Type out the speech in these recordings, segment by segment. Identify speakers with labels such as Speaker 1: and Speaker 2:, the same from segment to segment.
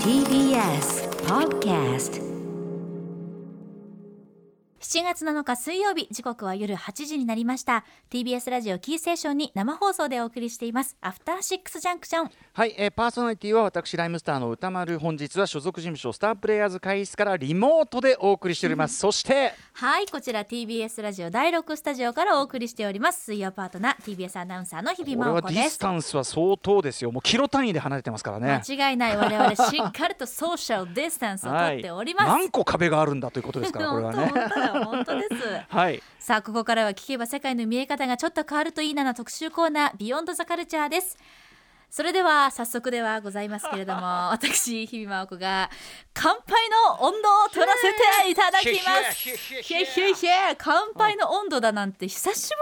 Speaker 1: TBS Podcast
Speaker 2: 7月7日水曜日時刻は夜8時になりました TBS ラジオキーステーションに生放送でお送りしていますアフターシックスジャンクション
Speaker 3: はい、えーパーソナリティは私ライムスターの歌丸本日は所属事務所スタープレイヤーズ会議室からリモートでお送りしております、そして
Speaker 2: はいこちら TBS ラジオ第6スタジオからお送りしております水曜パートナー TBS アナウンサーの日
Speaker 3: これ
Speaker 2: 々真
Speaker 3: は
Speaker 2: 央
Speaker 3: デ
Speaker 2: 子
Speaker 3: ィ
Speaker 2: で
Speaker 3: ス
Speaker 2: す
Speaker 3: タンスは相当ですよもうキロ単位で離れてますからね
Speaker 2: 間違いない我々しっかりとソーシャルディスタンスを
Speaker 3: は
Speaker 2: とっ
Speaker 3: い
Speaker 2: ております、
Speaker 3: 何個壁があるんだということですからこれ
Speaker 2: 本
Speaker 3: は
Speaker 2: 当
Speaker 3: ね
Speaker 2: 本当だ本当です
Speaker 3: はい
Speaker 2: さあここからは聞けば世界の見え方がちょっと変わるといいなな特集コーナービヨンドザカルチャーですそれでは早速ではございますけれども 私日比真央子が乾杯の温度を取らせていただきます
Speaker 3: ヒュヒュ
Speaker 2: ひえひえひえ乾杯の温度だなんて久しぶ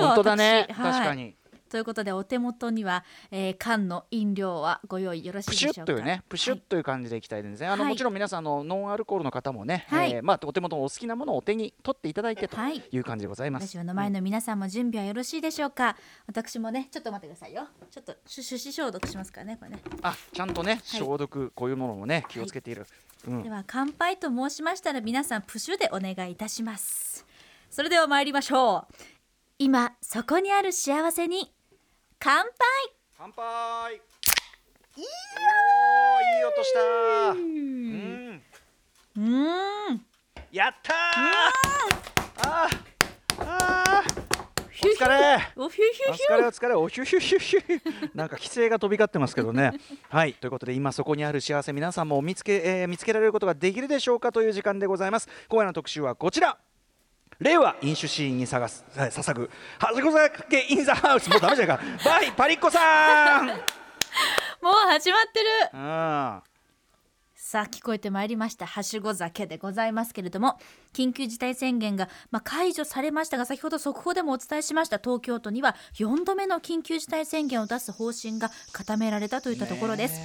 Speaker 2: りに取るわ
Speaker 3: 本当だね
Speaker 2: 私
Speaker 3: 確
Speaker 2: はい
Speaker 3: かに
Speaker 2: ということでお手元には、えー缶の飲料はご用意よろしい
Speaker 3: プ
Speaker 2: でし
Speaker 3: シ
Speaker 2: ょ
Speaker 3: ュ
Speaker 2: うか
Speaker 3: ッというねプシュ
Speaker 2: は
Speaker 3: ッ
Speaker 2: い
Speaker 3: という感じでいきたいですね、あの
Speaker 2: はい
Speaker 3: もちろん皆さんあのノンアルコールの方もね、
Speaker 2: はい
Speaker 3: えーまあお手元のお好きなものをお手に取っていただいてと
Speaker 2: はい
Speaker 3: いう感じでございま
Speaker 2: ラ
Speaker 3: す、
Speaker 2: ジオの前の皆さんも準備はよろしいでしょうか、私もねちょっと待ってくださいよちょっと手手指消毒しますからねこれね
Speaker 3: あちゃんとね消毒こういうものもね気をつけている、うん
Speaker 2: では乾杯と申しましたら皆さんプシュでお願いいたしますそれでは参りましょう今そこにある幸せに乾杯
Speaker 3: 乾杯おーいい音したうん
Speaker 2: うーん
Speaker 3: やったーあーあーお疲れ
Speaker 2: おヒューヒュ
Speaker 3: お
Speaker 2: ーヒ
Speaker 3: 疲
Speaker 2: ュ
Speaker 3: れ
Speaker 2: ー
Speaker 3: お疲れおひゅひゅひゅひゅなんか規制が飛び交ってますけどねはいということで今そこにある幸せ皆さんも見つけ、えー見つけられることができるでしょうかという時間でございます今夜の特集はこちら令和飲酒シーンに探すえー捧ぐはこ酒インザハウスもうダメじゃないかバイパリッコさん
Speaker 2: もう始まってる
Speaker 3: うん
Speaker 2: さあ聞こえてまいりましたはしご酒でございますけれども緊急事態宣言が、まあ、解除されましたが先ほど速報でもお伝えしました東京都には4度目の緊急事態宣言を出す方針が固められたといったところです。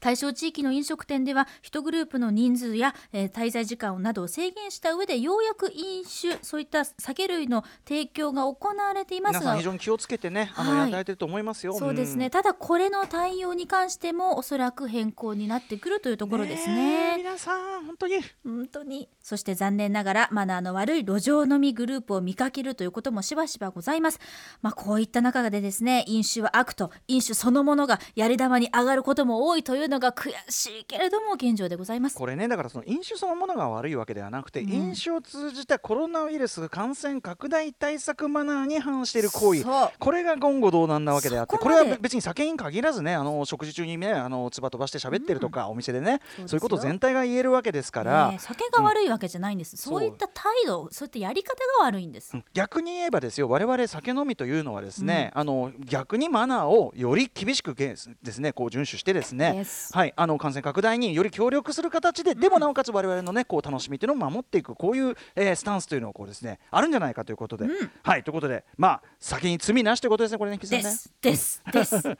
Speaker 2: 対象地域の飲食店では1グループの人数や、えー滞在時間などを制限した上でようやく飲酒そういった酒類の提供が行われています
Speaker 3: 皆さ
Speaker 2: が
Speaker 3: ん非常に気をつけてね、あの
Speaker 2: はい
Speaker 3: やられてると思いますよ。
Speaker 2: そうですね、
Speaker 3: ん。
Speaker 2: ただこれの対応に関してもおそらく変更になってくるというところです
Speaker 3: え
Speaker 2: ね。
Speaker 3: 皆さん本当に。
Speaker 2: 本当にそして残念ながらマナーの悪い路上飲みグループを見かけるということもしばしばございます、まあ、こういった中でですね飲酒は悪と飲酒そのものがやり玉に上がることも多いというのが悔しいけれども現状でございます
Speaker 3: これねだからその飲酒そのものが悪いわけではなくて、
Speaker 2: うん
Speaker 3: 飲酒を通じたコロナウイルス感染拡大対策マナーに反している行為
Speaker 2: そう
Speaker 3: これが言語道断なわけであって
Speaker 2: そ
Speaker 3: こ
Speaker 2: こま
Speaker 3: れ
Speaker 2: で
Speaker 3: は別に酒に限らずねあの食事中にねあの唾飛ばして喋ってるとか、お店で
Speaker 2: そ
Speaker 3: ね
Speaker 2: うですよ
Speaker 3: そういうこと全体が言えるわけですから、
Speaker 2: ねえ酒が悪いわけじゃないんです、そういった態度そういったやり方が悪いんです、
Speaker 3: 逆に言えばですよ我々酒飲みというのはですね、あの逆にマナーをより厳しくげですねこう遵守してですね
Speaker 2: Yes
Speaker 3: はいあの感染拡大により協力する形で、でもなおかつ我々のねこう楽しみというのを守っていくこういう、えースタンスというのをこうですねあるんじゃないかということで、はいということでまあ酒に罪なしということですねこれね岸さん
Speaker 2: で
Speaker 3: ね
Speaker 2: すですです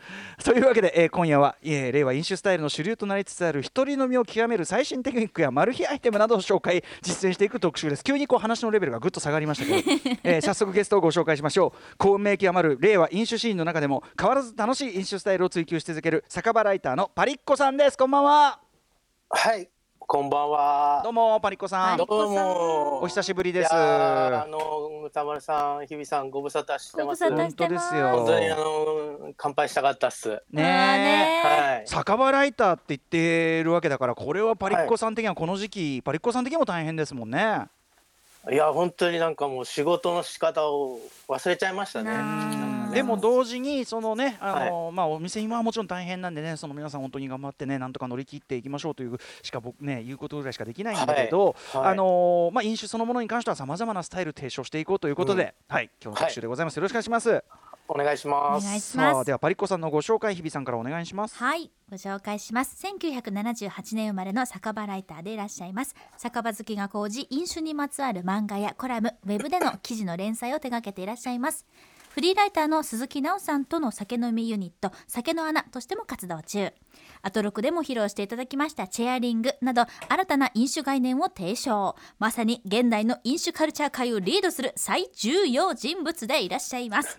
Speaker 3: というわけで、えー今夜は、えー令和飲酒スタイルの主流となりつつある一人飲みを極める最新テクニックやマル秘アイテムなどを紹介実践していく特集です急にこう話のレベルがぐっと下がりましたけど、えー早速ゲストをご紹介しましょう幸運免疫余る令和飲酒シーンの中でも変わらず楽しい飲酒スタイルを追求し続ける酒場ライターのパリッコさんですこんばんは
Speaker 4: はい、こんばんは
Speaker 3: どう。もパリッコさん、
Speaker 2: パリ
Speaker 4: ど
Speaker 2: ッコさん
Speaker 4: うも。
Speaker 3: お久しぶり
Speaker 4: ぶ
Speaker 3: です
Speaker 4: あの歌丸さん、日比さん、ご無沙汰してます。
Speaker 2: ご無沙汰
Speaker 4: 本
Speaker 3: 本当です
Speaker 2: お
Speaker 4: 当にあ
Speaker 3: よ
Speaker 4: の乾杯したかったっす。
Speaker 3: ね
Speaker 2: まあね
Speaker 4: はい。
Speaker 3: 酒場ライターって言ってるわけだからこれはパリッコさん的にはこの時期、パリッコさん的にも大変ですもんね。
Speaker 4: いや本当になんかもう仕事の仕方を忘れちゃいましたね。
Speaker 2: なあ
Speaker 3: でも同時にそのねあの、まあ、お店今はもちろん大変なんでねその皆さん本当に頑張ってねなんとか乗り切っていきましょうというしか僕ね言うことぐらいしかできないんだけど、
Speaker 4: はいはい
Speaker 3: あのまあ、飲酒そのものに関してはさまざまなスタイル提唱していこうということで、はい今日の特集でございます、よろしくお願いします。
Speaker 4: お願いし
Speaker 2: お
Speaker 4: ます。
Speaker 2: 願いし
Speaker 3: さ
Speaker 2: ま
Speaker 3: あ
Speaker 2: す
Speaker 3: ではパリッコさんのご紹介日比さんからお願いします。
Speaker 2: はいご紹介します1978年生まれの酒場ライターでいらっしゃいます酒場好きが高じ飲酒にまつわる漫画やコラムウェブでの記事の連載を手掛けていらっしゃいますフリーライターの鈴木奈緒さんとの酒飲みユニット酒の穴としても活動中アトロクでも披露していただきましたチェアリングなど新たな飲酒概念を提唱まさに現代の飲酒カルチャー界をリードする最重要人物でいらっしゃいます、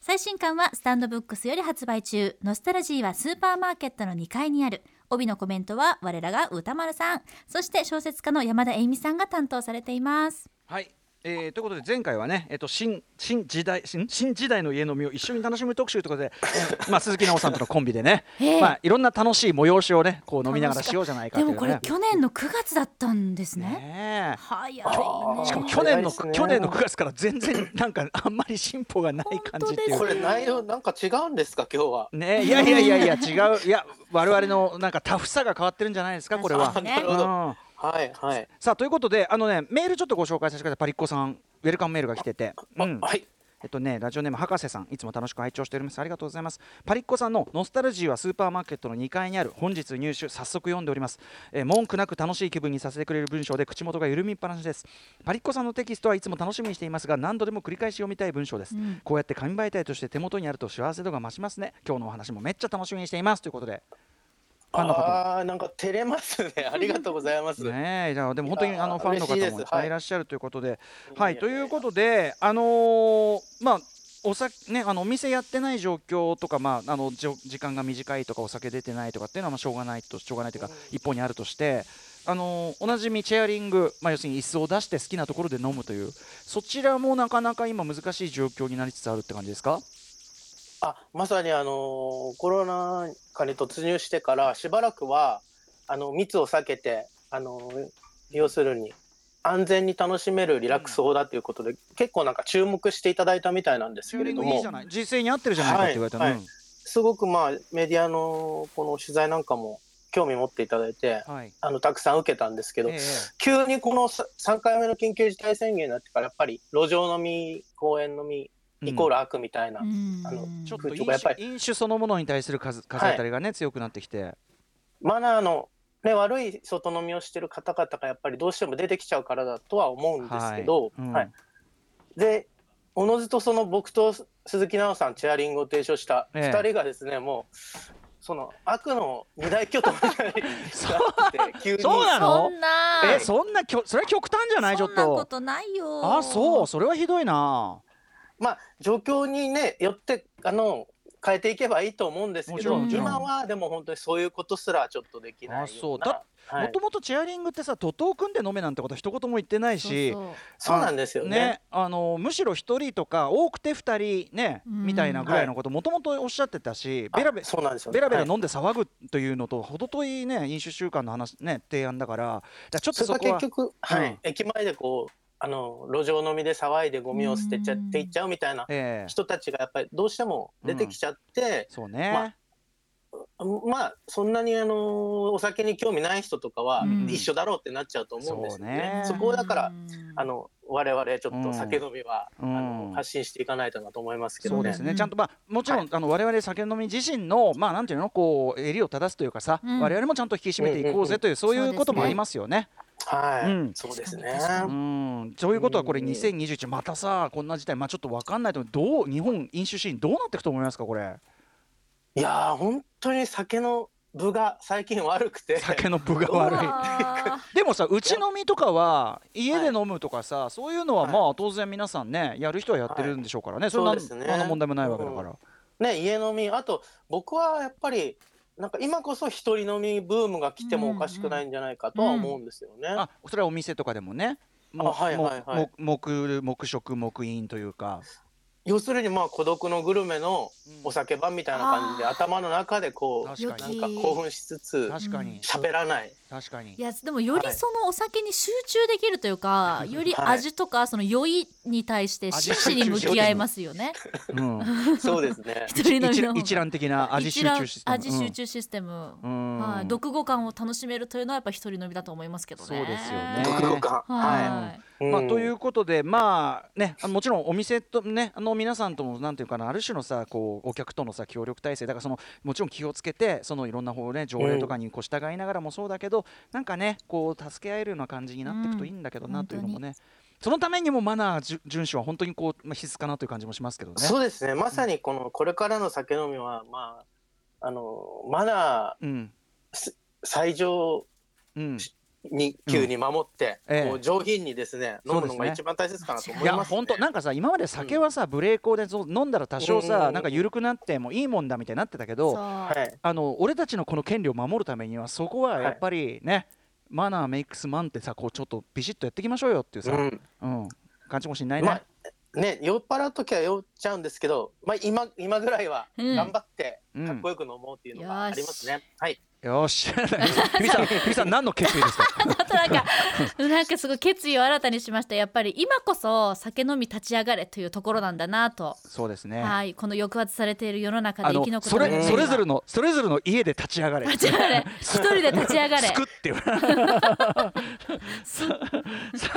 Speaker 2: 最新刊はスタンドブックスより発売中ノスタルジーはスーパーマーケットの2階にある帯のコメントは我らが歌丸さんそして小説家の山田恵美さんが担当されています
Speaker 3: はい。えーということで前回はね、えっと新新時代新新時代の家飲みを一緒に楽しむ特集ということで、 まあ鈴木奈緒さんとのコンビでね、
Speaker 2: ええ
Speaker 3: まあいろんな楽しい催しをね、こう飲みながらしようじゃないか
Speaker 2: で
Speaker 3: というね。
Speaker 2: もこれ去年の9月だったんですね
Speaker 3: ねえ
Speaker 2: 早いね
Speaker 3: しかも去年の
Speaker 4: 早いですね
Speaker 3: 去年の9月から全然なんかあんまり進歩がない感じってい
Speaker 2: 本当
Speaker 3: う
Speaker 4: これ内容なんか違うんですか今日は。
Speaker 3: ねいやいやいやいや違うい や我々のなんかタフさが変わってるんじゃないですかこれは
Speaker 2: 確。かにね
Speaker 4: なるほど
Speaker 3: うん
Speaker 4: はいはい。
Speaker 3: さあということであのねメールちょっとご紹介させてくださいパリッコさんウェルカムメールが来てて。うん
Speaker 4: はい。
Speaker 3: えっとね、ラジオネーム博士さんいつも楽しく拝聴しておりますありがとうございますパリッコさんの「ノスタルジーはスーパーマーケットの2階にある本日入手早速読んでおります、えー文句なく楽しい気分にさせてくれる文章で口元が緩みっぱなしですパリッコさんのテキストはいつも楽しみにしていますが何度でも繰り返し読みたい文章です、こうやって紙媒体として手元にあると幸せ度が増しますね今日のお話もめっちゃ楽しみにしていますということでファンの方も
Speaker 4: ああーなんか照れますね。ありがとうございます。
Speaker 3: ねえ、じゃあでも本当に
Speaker 4: いやー
Speaker 3: あのファンの方も
Speaker 4: 嬉しいです
Speaker 3: いっぱ
Speaker 4: はいい
Speaker 3: いらっしゃるということで、
Speaker 4: や
Speaker 3: はいい、
Speaker 4: や
Speaker 3: ということで、あのーまあ。お酒ね、あのお店やってない状況とか、まあ、あのじょ時間が短いとかお酒出てないとかっていうのはまあしょうがないとしょうがないというか一方にあるとして、あのーおなじみチェアリング、まあ、要するに椅子を出して好きなところで飲むというそちらもなかなか今難しい状況になりつつあるって感じですか
Speaker 4: あまさにあのーコロナ禍に突入してからしばらくはあの密を避けてあのー要するに安全に楽しめるリラックス法だということで、結構なんか注目していただいたみたいなんです
Speaker 3: チ
Speaker 4: け
Speaker 3: ェア
Speaker 4: れ
Speaker 3: リン
Speaker 4: ど
Speaker 3: グいい
Speaker 4: も
Speaker 3: じゃない実際に合ってるじゃないかって言われたら、
Speaker 4: はい
Speaker 3: うん
Speaker 4: すごくまあメディアのこの取材なんかも興味持っていただいて
Speaker 3: はい
Speaker 4: あのたくさん受けたんですけど、
Speaker 3: ええ
Speaker 4: 急にこの3回目の緊急事態宣言になってからやっぱり路上飲み公園飲み
Speaker 3: うん
Speaker 4: イコール悪みたいな、
Speaker 2: うん
Speaker 4: あの
Speaker 3: ちょっと
Speaker 4: 風
Speaker 3: 飲
Speaker 4: 潮がやっぱ
Speaker 3: 酒
Speaker 4: り
Speaker 3: 飲酒そのものに対する数数当たりがね、強くなってきて。
Speaker 4: マナーの、ね、悪い外飲みをしてる方々がやっぱりどうしても出てきちゃうからだとは思うんですけど、
Speaker 3: はいうん
Speaker 4: はいでおのずとその僕と鈴木奈緒さんチェアリングを提唱した
Speaker 3: ええ
Speaker 4: 2人がですね、もうその悪の二大巨頭みたいになって急 に
Speaker 3: そうなの
Speaker 2: そんな
Speaker 3: えそんなきょそれは極端じゃないちょっ
Speaker 2: そんなこととないよ
Speaker 3: あそうそれはひどいな
Speaker 4: まあ状況にねよってあの変えていけばいいと思うんです
Speaker 3: も
Speaker 4: け
Speaker 3: ちろ
Speaker 4: ど
Speaker 2: んもちろん
Speaker 4: 今はでも本当にそういうことすらちょっとできないような
Speaker 3: あそうだ
Speaker 4: は
Speaker 3: も
Speaker 4: い
Speaker 3: ともとチェアリングってさ徒党組んで飲めなんてことは一言も言ってないし
Speaker 2: そう
Speaker 4: そうなんですよね
Speaker 3: ねあのむしろ一人とか多くて二人ね
Speaker 2: うん
Speaker 3: みたいなぐらいのこともともとおっしゃってたし
Speaker 4: あ
Speaker 3: ベラベ
Speaker 4: そうなんですよね
Speaker 3: ベラベラ
Speaker 4: はい
Speaker 3: 飲んで騒ぐというのと程遠いね飲酒習慣の話ね提案だからじゃあちょっとそ
Speaker 4: それが
Speaker 3: こは
Speaker 4: 結局、はい
Speaker 3: うん
Speaker 4: 駅前でこうあの路上飲みで騒いでゴミを捨てちゃっていっちゃうみたいな
Speaker 3: ええ
Speaker 4: 人たちがやっぱりどうしても出てきちゃって、
Speaker 3: そう
Speaker 4: ま
Speaker 3: ね
Speaker 4: あまあそんなにあのお酒に興味ない人とかは
Speaker 2: うん
Speaker 4: 一緒だろうってなっちゃうと思うんですよね。
Speaker 3: そ
Speaker 4: そう
Speaker 3: ね
Speaker 4: こをだからあ
Speaker 2: の
Speaker 4: の我々ちょっと酒飲みは、
Speaker 3: うん
Speaker 4: あ
Speaker 3: うん
Speaker 4: の発信していかないとなと思いますけど
Speaker 3: そう
Speaker 4: ね。
Speaker 3: ですね、
Speaker 2: うん
Speaker 3: ちゃんと、まあ、もちろん、
Speaker 4: はい
Speaker 3: あの我々酒飲み自身の、まあ、なんていうの、こう、襟を正すというかさ、
Speaker 2: うん
Speaker 3: 我々もちゃんと引き締めていこうぜという、そういうこともありますよね。
Speaker 4: はい、
Speaker 3: うん
Speaker 4: そうですね。
Speaker 2: 確か
Speaker 3: うん、ということは、これ、
Speaker 4: うん
Speaker 3: 2021、またさ、こんな事態、まあ、ちょっとわかんないと思う、どう、日本飲酒シーン、どうなっていくと思いますか、これ。
Speaker 4: いやー本当に酒の部が最近悪くて、
Speaker 3: 酒の分が悪い。 でもさ、うち飲みとかは、家で飲むとかさ、そういうのは、
Speaker 4: はい
Speaker 3: まあ、当然、皆さんね、やる人はやってるんでしょうからね。そんな、
Speaker 4: そうですね
Speaker 3: あの問題もないわけだから。
Speaker 4: ね家飲みあと僕はやっぱりなんか今こそ一人飲みブームが来てもおかしくないんじゃないかとは思うんですよね。
Speaker 3: あ、それはお店とかでもね。も
Speaker 4: あはいはいはい
Speaker 3: も黙黙食黙飲というか。
Speaker 4: 要するにまあ孤独のグルメのお酒版みたいな感じで
Speaker 2: あー
Speaker 4: 頭の中でこう
Speaker 3: 確か
Speaker 4: な
Speaker 3: に
Speaker 4: んか興奮しつつ
Speaker 3: 確かに
Speaker 4: 喋らない。
Speaker 3: 確かに
Speaker 2: いやでもより
Speaker 4: はい
Speaker 2: そのお酒に集中できるというか、より味とかその酔いに対して真摯に向き合えますよね。
Speaker 3: うん
Speaker 2: 。
Speaker 4: そうですね
Speaker 2: 一人飲み
Speaker 3: 一
Speaker 2: の
Speaker 3: 覧一覧的な味集中システム
Speaker 2: 味集中システム、
Speaker 3: うん
Speaker 2: はい、読後感を楽しめるというのはやっぱ一人飲みだと思いますけどね。
Speaker 3: そうですよ ね
Speaker 4: 独語感。は。
Speaker 2: はい
Speaker 3: まあ、といううことで、まあね、あのもちろんお店と、ね、あの皆さんともなんていうかなある種のさこうお客とのさ協力体制だからそのもちろん気をつけてそのいろんな方、ね、条例とかにこう従いながらもそうだけど、なんかねこう助け合えるような感じになっていくといいんだけどな、
Speaker 2: うん
Speaker 3: というのもねそのためにもマナー順遵守は本当にこう、まあ、必須かなという感じもしますけどね。
Speaker 4: そうですね。まさにこのこれからの酒飲みはまああのマナ
Speaker 3: う
Speaker 4: ー
Speaker 3: ん
Speaker 4: 最上
Speaker 3: うん、
Speaker 4: に級に守って、
Speaker 3: うんええ
Speaker 4: こう上品にですね、飲むのが一番大切かなと思
Speaker 3: い
Speaker 4: い
Speaker 3: や
Speaker 4: ます、ね
Speaker 3: 本当なんかさ今まで酒はさ無礼講でそう飲んだら多少
Speaker 4: うんうん
Speaker 3: さ
Speaker 4: うん
Speaker 3: なんか緩くなってもいいもんだみたいになってたけ
Speaker 2: そう
Speaker 3: ど
Speaker 4: はい、
Speaker 3: あの俺たちのこの権利を守るためにはそこはやっぱりねマナーメイクスマンってさこうちょっとビシッとやっていきましょうよっていうさ
Speaker 4: うん
Speaker 3: うん感じもしない
Speaker 4: ま
Speaker 3: ね
Speaker 4: あね、酔っ払う時は酔っちゃうんですけど、まあ、今今ぐらいは
Speaker 2: うん
Speaker 4: 頑張って
Speaker 3: うん
Speaker 4: かっこよく飲もうっていうのがありますね。はい、
Speaker 3: よーし 日比さん日比さん何の決意ですか
Speaker 2: あとなんかなんかすごい決意を新たにしましたやっぱり今こそ酒飲み立ち上がれというところなんだなと、
Speaker 3: そうですね
Speaker 2: はいこの抑圧されている世の中
Speaker 3: あ
Speaker 2: で生
Speaker 3: の
Speaker 2: き残
Speaker 3: そ
Speaker 2: るため
Speaker 4: う
Speaker 3: れ
Speaker 2: に
Speaker 4: ん
Speaker 3: そ れぞれのそれぞれの家で立ち上がれ
Speaker 2: 立ち上が れ一人で立ち上がれ
Speaker 3: 救っていうさ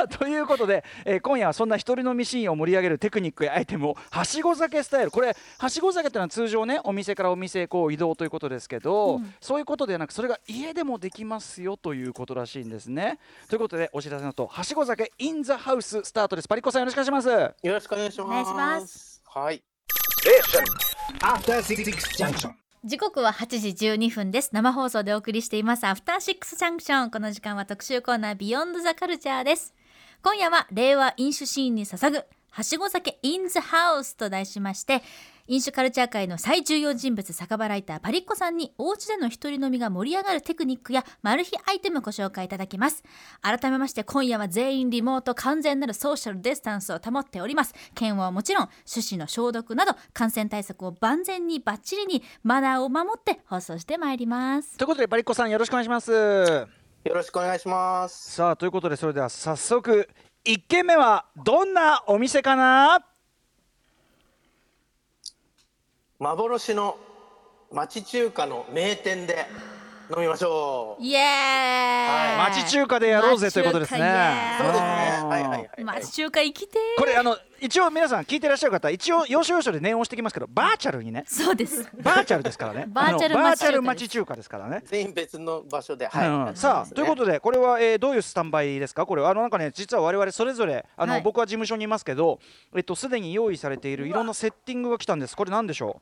Speaker 3: あということで、えー今夜はそんな一人飲みシーンを盛り上げるテクニックやアイテムをはしご酒スタイルこれはしご酒ってのは通常ねお店からお店へこう移動ということですけど、
Speaker 2: うん
Speaker 3: そういうことではなくそれが家でもできますよということらしいんですね。ということでお知らせのとはしご酒 in the house スタートです。パリッコさんよろしくお願いします。
Speaker 4: よろしくお願いします。
Speaker 2: お願いします
Speaker 4: はい、
Speaker 5: After Six Six Junction.
Speaker 2: 時刻は8時12分です生放送でお送りしていますアフターシックスジャンクションこの時間は特集コーナービヨンドザカルチャーです今夜は令和飲酒シーンに捧ぐはしご酒インズハウスと題しまして飲酒カルチャー界の最重要人物酒場ライターパリッコさんにお家での一人飲みが盛り上がるテクニックやマル秘アイテムご紹介いただきます改めまして今夜は全員リモート完全なるソーシャルディスタンスを保っております検温はもちろん手指の消毒など感染対策を万全にバッチリにマナーを守って放送してまいります
Speaker 3: ということでパリッコさんよろしくお願いします。
Speaker 4: よろしくお願いします。
Speaker 3: さあということでそれでは早速1軒目はどんなお店かな
Speaker 4: 幻の町中華の名店で飲みましょう。
Speaker 2: イエーイ
Speaker 3: 町中華でやろうぜということですね
Speaker 2: 町中華
Speaker 4: そう
Speaker 2: イエ
Speaker 4: ですね。
Speaker 3: あー
Speaker 4: はいはいはい、
Speaker 2: ーイ
Speaker 4: はい
Speaker 2: 町。中華生きてー
Speaker 3: これあの一応皆さん聞いてらっしゃる方一応要所要所で念を押してきますけどバーチャルに ね
Speaker 2: そうです
Speaker 3: バーチャルですからね
Speaker 2: バーチャル
Speaker 3: あの
Speaker 2: 町中華です
Speaker 3: バーチャル町中華ですからね
Speaker 4: 全員別の場所で、はい。
Speaker 3: うんさあということでこれは、えーどういうスタンバイですかこれはあのなんかね実は我々それぞれあの、
Speaker 2: はい
Speaker 3: 僕は事務所にいますけどえっとすでに用意されているいろんなセッティングが来たんですこれ何でしょ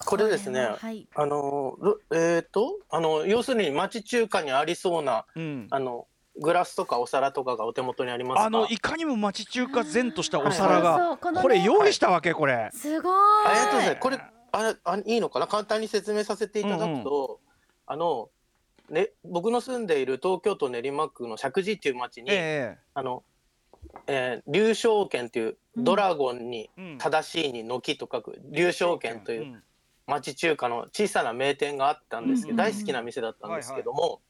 Speaker 4: これですね
Speaker 2: これははい
Speaker 4: あのろえっ、とあの要するに町中華にありそうな
Speaker 3: う、うん、
Speaker 4: あのグラスとかお皿とかがお手元にありますか。
Speaker 3: あのいかにも町中華前としたお皿
Speaker 2: そうそ
Speaker 3: が
Speaker 2: うこのね
Speaker 3: これ用意したわけこれ
Speaker 2: すご
Speaker 4: ありがとうござ
Speaker 2: ー
Speaker 4: いま
Speaker 2: い
Speaker 4: す。これあれあいいのかな簡単に説明させていただくと、あのね僕の住んでいる東京都練馬区の石神井っていう町に、
Speaker 3: え
Speaker 4: あの、えー、龍昇軒っていうドラゴンに
Speaker 3: うん
Speaker 4: 正しいに軒と書く龍昇軒と
Speaker 3: え
Speaker 4: いう町中華の小さな名店があったんですけど、
Speaker 2: うん
Speaker 4: 大好きな店だったんですけども、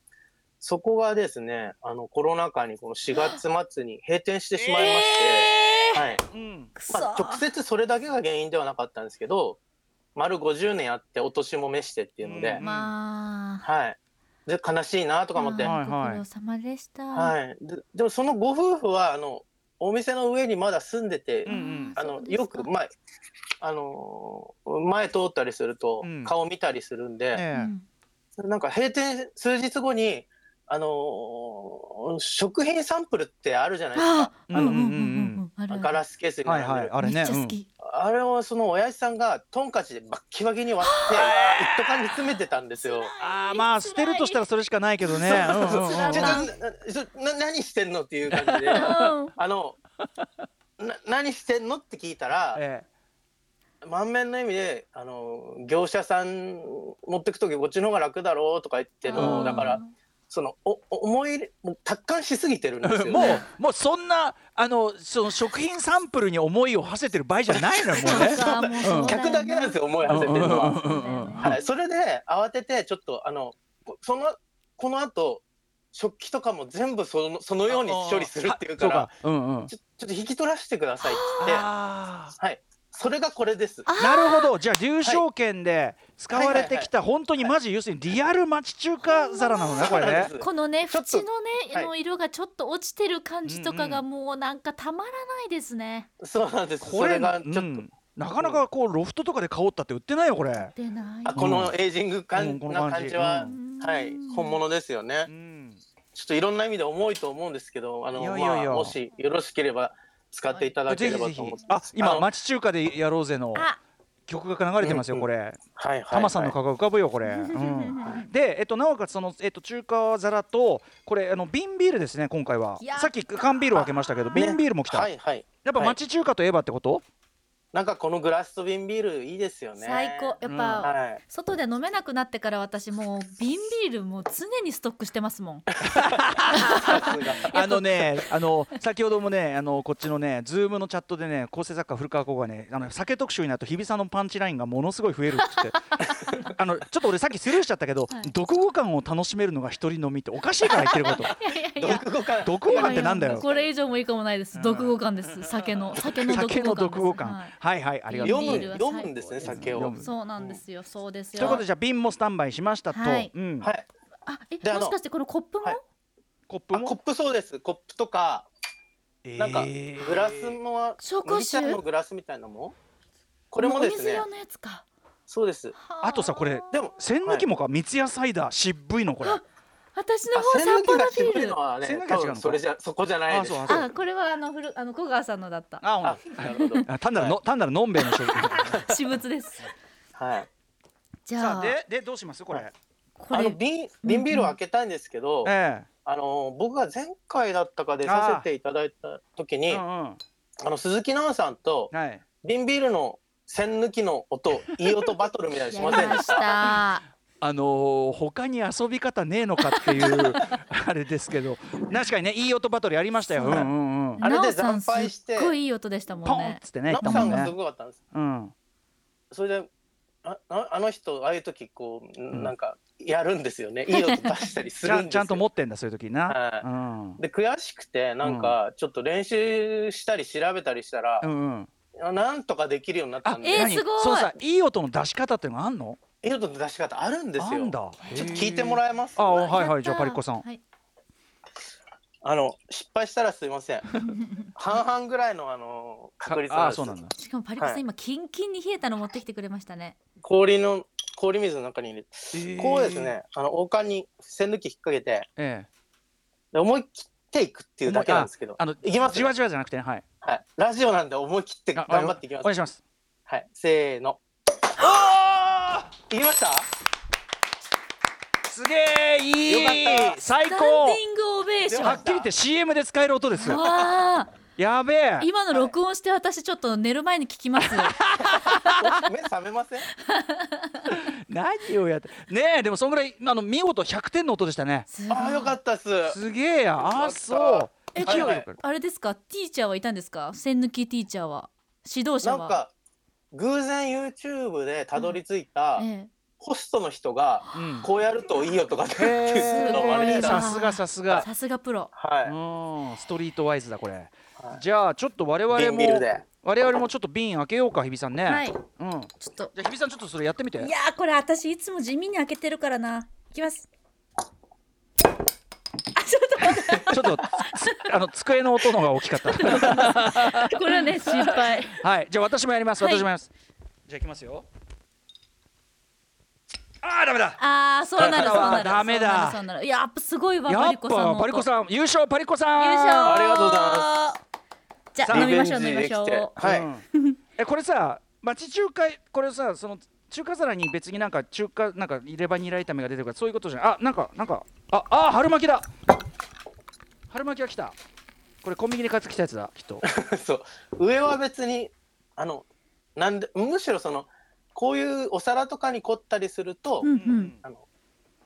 Speaker 4: そこがですねあのコロナ禍にこの4月末に閉店してしまいまして、はい。
Speaker 3: うんうん
Speaker 2: くそ
Speaker 4: まあ、直接それだけが原因ではなかったんですけど丸50年やってお年も召してっていうので、
Speaker 3: うん
Speaker 2: まあ
Speaker 4: はいで悲しいなとか思って、
Speaker 2: ま
Speaker 4: は
Speaker 2: あ
Speaker 3: はいはい
Speaker 2: ご苦労様でした、
Speaker 4: いででもそのご夫婦はあのお店の上にまだ住んでて、
Speaker 3: うんうん
Speaker 4: あの
Speaker 2: そうですか
Speaker 4: よく前あのー前通ったりすると
Speaker 3: うん
Speaker 4: 顔見たりするんで、
Speaker 2: う
Speaker 3: ええ
Speaker 2: ん
Speaker 4: なんか閉店数日後にあのー食品サンプルってあるじゃないです
Speaker 2: あ
Speaker 4: か
Speaker 2: ー
Speaker 3: あの
Speaker 2: うんうんうんうんあるある
Speaker 4: ガラスケースに
Speaker 3: はい
Speaker 4: 並ん
Speaker 3: は
Speaker 4: でる、
Speaker 3: いあれ
Speaker 2: め
Speaker 3: ね
Speaker 2: っちゃ好き、
Speaker 4: あれをその親父さんがトンカチでバッキバキに割って一斗缶に詰めてたんですよ。
Speaker 3: ああまあ捨てるとしたらそれしかないけどね。うんうんう
Speaker 2: 辛い
Speaker 3: ん
Speaker 4: ちょ
Speaker 2: 辛い
Speaker 4: なな何してんのっていう感じ であ
Speaker 2: うん
Speaker 4: のな何してんのって聞いたら
Speaker 3: ええ
Speaker 4: 満面の意味であの業者さん持ってく時こっちの方が楽だろうとか言って
Speaker 3: う
Speaker 4: の
Speaker 3: ん
Speaker 4: だからそのおお思い入れもう達観しすぎてるんですよ、ね。
Speaker 3: もうもうそんなあのその食品サンプルに思いを馳せてる場合じゃないのよもう ね。
Speaker 2: あーもうそうだよね
Speaker 4: 客だけなんですよ思い馳せてるのは。
Speaker 2: は
Speaker 4: はい、それで慌ててちょっとあのこそのこの後食器とかも全部そのそのように処理するっていうから
Speaker 3: あ。そうか。うんうん。
Speaker 4: ちょちょっと引き取らせてくださいっつって
Speaker 3: あ
Speaker 4: はい、それがこれです。
Speaker 3: あ。なるほど。じゃあ流証券で使われてきた本当にマジ要するにリアル町中華皿なのねこれね
Speaker 4: そうなん。です
Speaker 2: このね
Speaker 4: ちょっと
Speaker 2: 縁のね、
Speaker 4: はい
Speaker 2: の色がちょっと落ちてる感じとかが
Speaker 3: う
Speaker 2: もうなんかたまらないですね。
Speaker 4: そうなんです。
Speaker 3: こ
Speaker 4: それ
Speaker 3: れ
Speaker 4: がちょっ
Speaker 3: う
Speaker 4: と、
Speaker 3: んなかなかこうロフトとかで買おうったって売ってないよこれ。
Speaker 2: 出ない。
Speaker 4: あこのエイジング感、
Speaker 3: うんこの
Speaker 4: な
Speaker 3: 感
Speaker 4: 感
Speaker 3: じ
Speaker 4: じは、
Speaker 2: うん
Speaker 4: はい本物ですよね
Speaker 3: う。ん。
Speaker 4: ちょっといろんな意味で重いと思うんですけど、あの
Speaker 3: いやいやいや
Speaker 4: まあもしよろしければ使っていただけ
Speaker 3: ぜ
Speaker 4: れ
Speaker 3: ひ
Speaker 4: ば
Speaker 3: ぜひ
Speaker 4: と思って。。
Speaker 3: あ
Speaker 4: あ
Speaker 3: 今
Speaker 4: の
Speaker 3: 町中華でやろうぜの
Speaker 2: あ
Speaker 3: 曲が流れてますよ
Speaker 4: うん
Speaker 3: これ。
Speaker 4: はいはい、はい。
Speaker 3: タマさんの顔が浮かぶよこれ。うんで、えっと、なおかつその、えっと、中華皿とこれあの瓶ビールですね今回は
Speaker 2: やったー
Speaker 3: さっき缶ビールを開けましたけど瓶ビールも来た、
Speaker 4: はいはい
Speaker 3: やっぱ
Speaker 4: はい
Speaker 3: 町中華といえばってこと、
Speaker 4: なんかこのグラスと瓶ビールいいですよ ね
Speaker 2: 最高やっぱ、
Speaker 4: はい
Speaker 2: 外で飲めなくなってから私もう瓶ビールもう常にストックしてますも ん
Speaker 4: さすが
Speaker 3: あのね、あの先ほどもね、あのこっちのね、ズームのチャットでね、構成作家古川光がね、あの酒特集になると日比さんのパンチラインがものすごい増えるっつって。 あのちょっと俺さっきスルーしちゃったけど、
Speaker 2: はい
Speaker 3: 独語感を楽しめるのが一人飲みっておかしいから言ってる こと。
Speaker 2: いやいやいや
Speaker 4: 独語感
Speaker 3: 独語感ってなんだ
Speaker 2: いやいや
Speaker 3: よ。
Speaker 2: これ以上もいいかもないです独語感です酒の酒の
Speaker 3: 酒の
Speaker 2: 独
Speaker 3: 独
Speaker 2: 語
Speaker 3: 語
Speaker 2: 感
Speaker 3: 感
Speaker 2: です。
Speaker 3: はいはい、ありがとう
Speaker 4: 読
Speaker 3: ござい
Speaker 4: む
Speaker 3: ます。
Speaker 2: ビールは最高
Speaker 4: 読むんですね酒を
Speaker 3: 読
Speaker 2: は
Speaker 3: む
Speaker 2: いそうなんですよそうです
Speaker 3: という
Speaker 2: よ
Speaker 3: ことでじゃあ瓶もスタンバイしましたと、
Speaker 2: はい
Speaker 3: うん、
Speaker 4: はい
Speaker 2: あ
Speaker 4: で
Speaker 2: え
Speaker 4: あの
Speaker 2: もしかしてこのコップも
Speaker 4: はい
Speaker 3: コップ
Speaker 4: あコッ
Speaker 3: も、
Speaker 4: プそうですコップとかなんか
Speaker 3: えー
Speaker 4: グラスも
Speaker 2: 紹興酒
Speaker 4: 麦茶のグラスみたいなのもこれもです
Speaker 2: お水
Speaker 4: ね
Speaker 2: 用のやつか
Speaker 4: そうです
Speaker 2: は
Speaker 3: あとさこれ
Speaker 4: でも
Speaker 3: 栓抜きもか、三ツ矢サイダー渋いのこれ。
Speaker 2: 私の
Speaker 4: あ
Speaker 2: 方
Speaker 4: 栓
Speaker 2: 散歩
Speaker 4: 抜き
Speaker 2: の
Speaker 4: が渋
Speaker 2: ビ
Speaker 4: い
Speaker 2: ール
Speaker 4: のは
Speaker 3: 栓
Speaker 4: ね
Speaker 3: 抜きが違
Speaker 4: 多
Speaker 3: うの
Speaker 4: 分
Speaker 3: か
Speaker 4: それじゃそこじゃないです
Speaker 3: あそう
Speaker 2: あこれはあのふるあの小川さんのだった
Speaker 3: あ、ほん
Speaker 4: あ
Speaker 3: と
Speaker 4: なるほど
Speaker 3: あ単なるの、単なるのんべ えの商品。
Speaker 2: 私物 です
Speaker 4: はい
Speaker 2: じ
Speaker 3: さ
Speaker 2: ゃ
Speaker 3: あ
Speaker 2: あ
Speaker 3: ででどうしますこれ。
Speaker 2: こ
Speaker 4: あの
Speaker 2: れ
Speaker 4: 瓶瓶ビールを開けたいんですけど
Speaker 3: え
Speaker 4: あの僕が前回だったかでさせていただいた時
Speaker 3: え
Speaker 4: に
Speaker 3: うんうん。
Speaker 4: あの鈴木奈々さんと
Speaker 3: はい。
Speaker 4: 瓶ビールの栓抜きの音いい音バトルみたいにしませんでした
Speaker 2: た
Speaker 3: あのー他に遊び方ねえのかっていう あれですけど、確かにねいい音バトルやりましたよ。うんうんうん。
Speaker 4: あれで
Speaker 2: なおさん
Speaker 4: 惨敗して
Speaker 2: すっごいいい音でしたも
Speaker 3: ポ
Speaker 2: ん
Speaker 3: ンっ
Speaker 2: ね
Speaker 3: つってね言
Speaker 4: 奈
Speaker 3: った
Speaker 4: 々
Speaker 3: も
Speaker 4: さ
Speaker 3: ん
Speaker 4: ん
Speaker 3: ね
Speaker 4: がす。ごかったんです
Speaker 3: うん。
Speaker 4: それであああの人ああいう時こう、
Speaker 3: ん
Speaker 4: なんかやるんですよねいい音出したりす
Speaker 3: ち
Speaker 4: るん
Speaker 3: ゃん
Speaker 4: です よ
Speaker 3: ちゃんと持ってんだそういう時
Speaker 4: は
Speaker 3: な。
Speaker 4: い
Speaker 3: うん。
Speaker 4: で悔しくてなんかちょっと練習したり調べたりしたら
Speaker 3: う、んうん。
Speaker 4: あなんとかできるようになったんで、
Speaker 2: えー
Speaker 3: 何
Speaker 2: すごい
Speaker 3: そうさいい音の出し方っていうのがあんの？
Speaker 4: いい音の出し方あるんです
Speaker 3: あ
Speaker 4: よ
Speaker 3: んだ。
Speaker 4: ちょっと聞いても
Speaker 3: え。
Speaker 4: らえます
Speaker 3: あ
Speaker 4: あ
Speaker 3: はいはいじゃあ
Speaker 2: やったー
Speaker 3: パリッコさん。
Speaker 2: はい
Speaker 4: の失敗したらすいません半々ぐらいのあの確率
Speaker 3: あ
Speaker 4: なん
Speaker 3: あ
Speaker 4: です
Speaker 3: そうなんだ。
Speaker 2: しかもパリッコさん、
Speaker 4: はい
Speaker 2: 今キンキンに冷えたの持ってきてくれましたね
Speaker 4: 氷の氷水の中に入れて、こうです
Speaker 3: え
Speaker 4: ねあの王冠に栓抜き引っ掛けて
Speaker 3: え。え
Speaker 4: で思い切っていくっていうだけなんですけど
Speaker 3: あの
Speaker 4: いきます
Speaker 3: じわじわじゃなくてねはい。
Speaker 4: はい、ラジオなんで思い切って
Speaker 3: あ
Speaker 4: 頑張っていきま
Speaker 3: お
Speaker 4: す。
Speaker 3: 願いします。
Speaker 4: はい、せーの。いきました。
Speaker 3: すげえいい
Speaker 4: よかった
Speaker 3: 最
Speaker 2: スタン
Speaker 3: 高
Speaker 2: ディングオベーション
Speaker 3: はっきり言って CM で使える音ですよ
Speaker 2: わあ
Speaker 3: やべえ
Speaker 2: 今の録音して私ちょっと寝る前に聞きますよ
Speaker 4: 目覚めません。
Speaker 3: 何をやってねえでもそんぐらいあの見事100点の音でしたね
Speaker 2: すごい
Speaker 4: ああ、よかったっす。
Speaker 3: すげえやあーそう
Speaker 2: え
Speaker 3: 勢いよ
Speaker 4: はい
Speaker 3: く
Speaker 2: あれですかティーチャーはいたんですか栓抜きティーチャーは指導
Speaker 4: な
Speaker 2: 者は
Speaker 4: んか偶然 YouTube でたどり着いた
Speaker 2: え
Speaker 4: ホストの人が
Speaker 3: うん
Speaker 4: こうやるといいよとかってい
Speaker 3: へ
Speaker 4: うのを真似
Speaker 3: え
Speaker 4: した。
Speaker 3: さすがさす
Speaker 2: え
Speaker 3: が
Speaker 2: さすがプロ
Speaker 3: う
Speaker 4: は
Speaker 3: んストリートワイズだこれ
Speaker 4: はい
Speaker 3: じゃあちょっと我
Speaker 4: い。
Speaker 3: 々
Speaker 4: 瓶ビール
Speaker 3: も
Speaker 4: で。
Speaker 3: 我々もちょっと瓶開けようか日比さんね
Speaker 2: はい
Speaker 3: うん
Speaker 2: ちょっと
Speaker 3: じゃあ日比さんちょっとそれやってみて
Speaker 2: いやーこれ私いつも地味に開けてるからないきますあちょっと待っ
Speaker 3: ちょっとつ あの机の音の方が大き かった
Speaker 2: てこれはね心配
Speaker 3: はい、じゃあ私もやります。
Speaker 2: はい
Speaker 3: 私もやります。じゃあいきますよ。ああダメだ。
Speaker 2: ああそうなるそうなる
Speaker 3: ダメだ
Speaker 2: そうなるそうなるいややっぱすごいわ
Speaker 3: や
Speaker 2: パリ
Speaker 3: っ
Speaker 2: コさんの
Speaker 3: ぱ
Speaker 2: 音
Speaker 3: パリコさん優勝パリコさん。
Speaker 2: 優勝
Speaker 4: ありがとうござい
Speaker 2: すじゃ
Speaker 3: さ
Speaker 2: あ
Speaker 3: あ
Speaker 2: 飲みましょう
Speaker 4: リ
Speaker 2: 飲み
Speaker 4: ベ
Speaker 2: ま
Speaker 4: ンジ
Speaker 2: しょ
Speaker 4: できて
Speaker 2: う
Speaker 4: はい。
Speaker 3: うんえこれさ町中華これさその中華皿に別になんか中華なんか入れ歯にライタメが出てるからそういうことじゃない。あなんかなんかああー春巻きだ。春巻きが来た。これコンビニで買ってきたやつだきっと。
Speaker 4: そう上は別にあのなんでむしろそのこういうお皿とかに凝ったりすると
Speaker 2: うんうん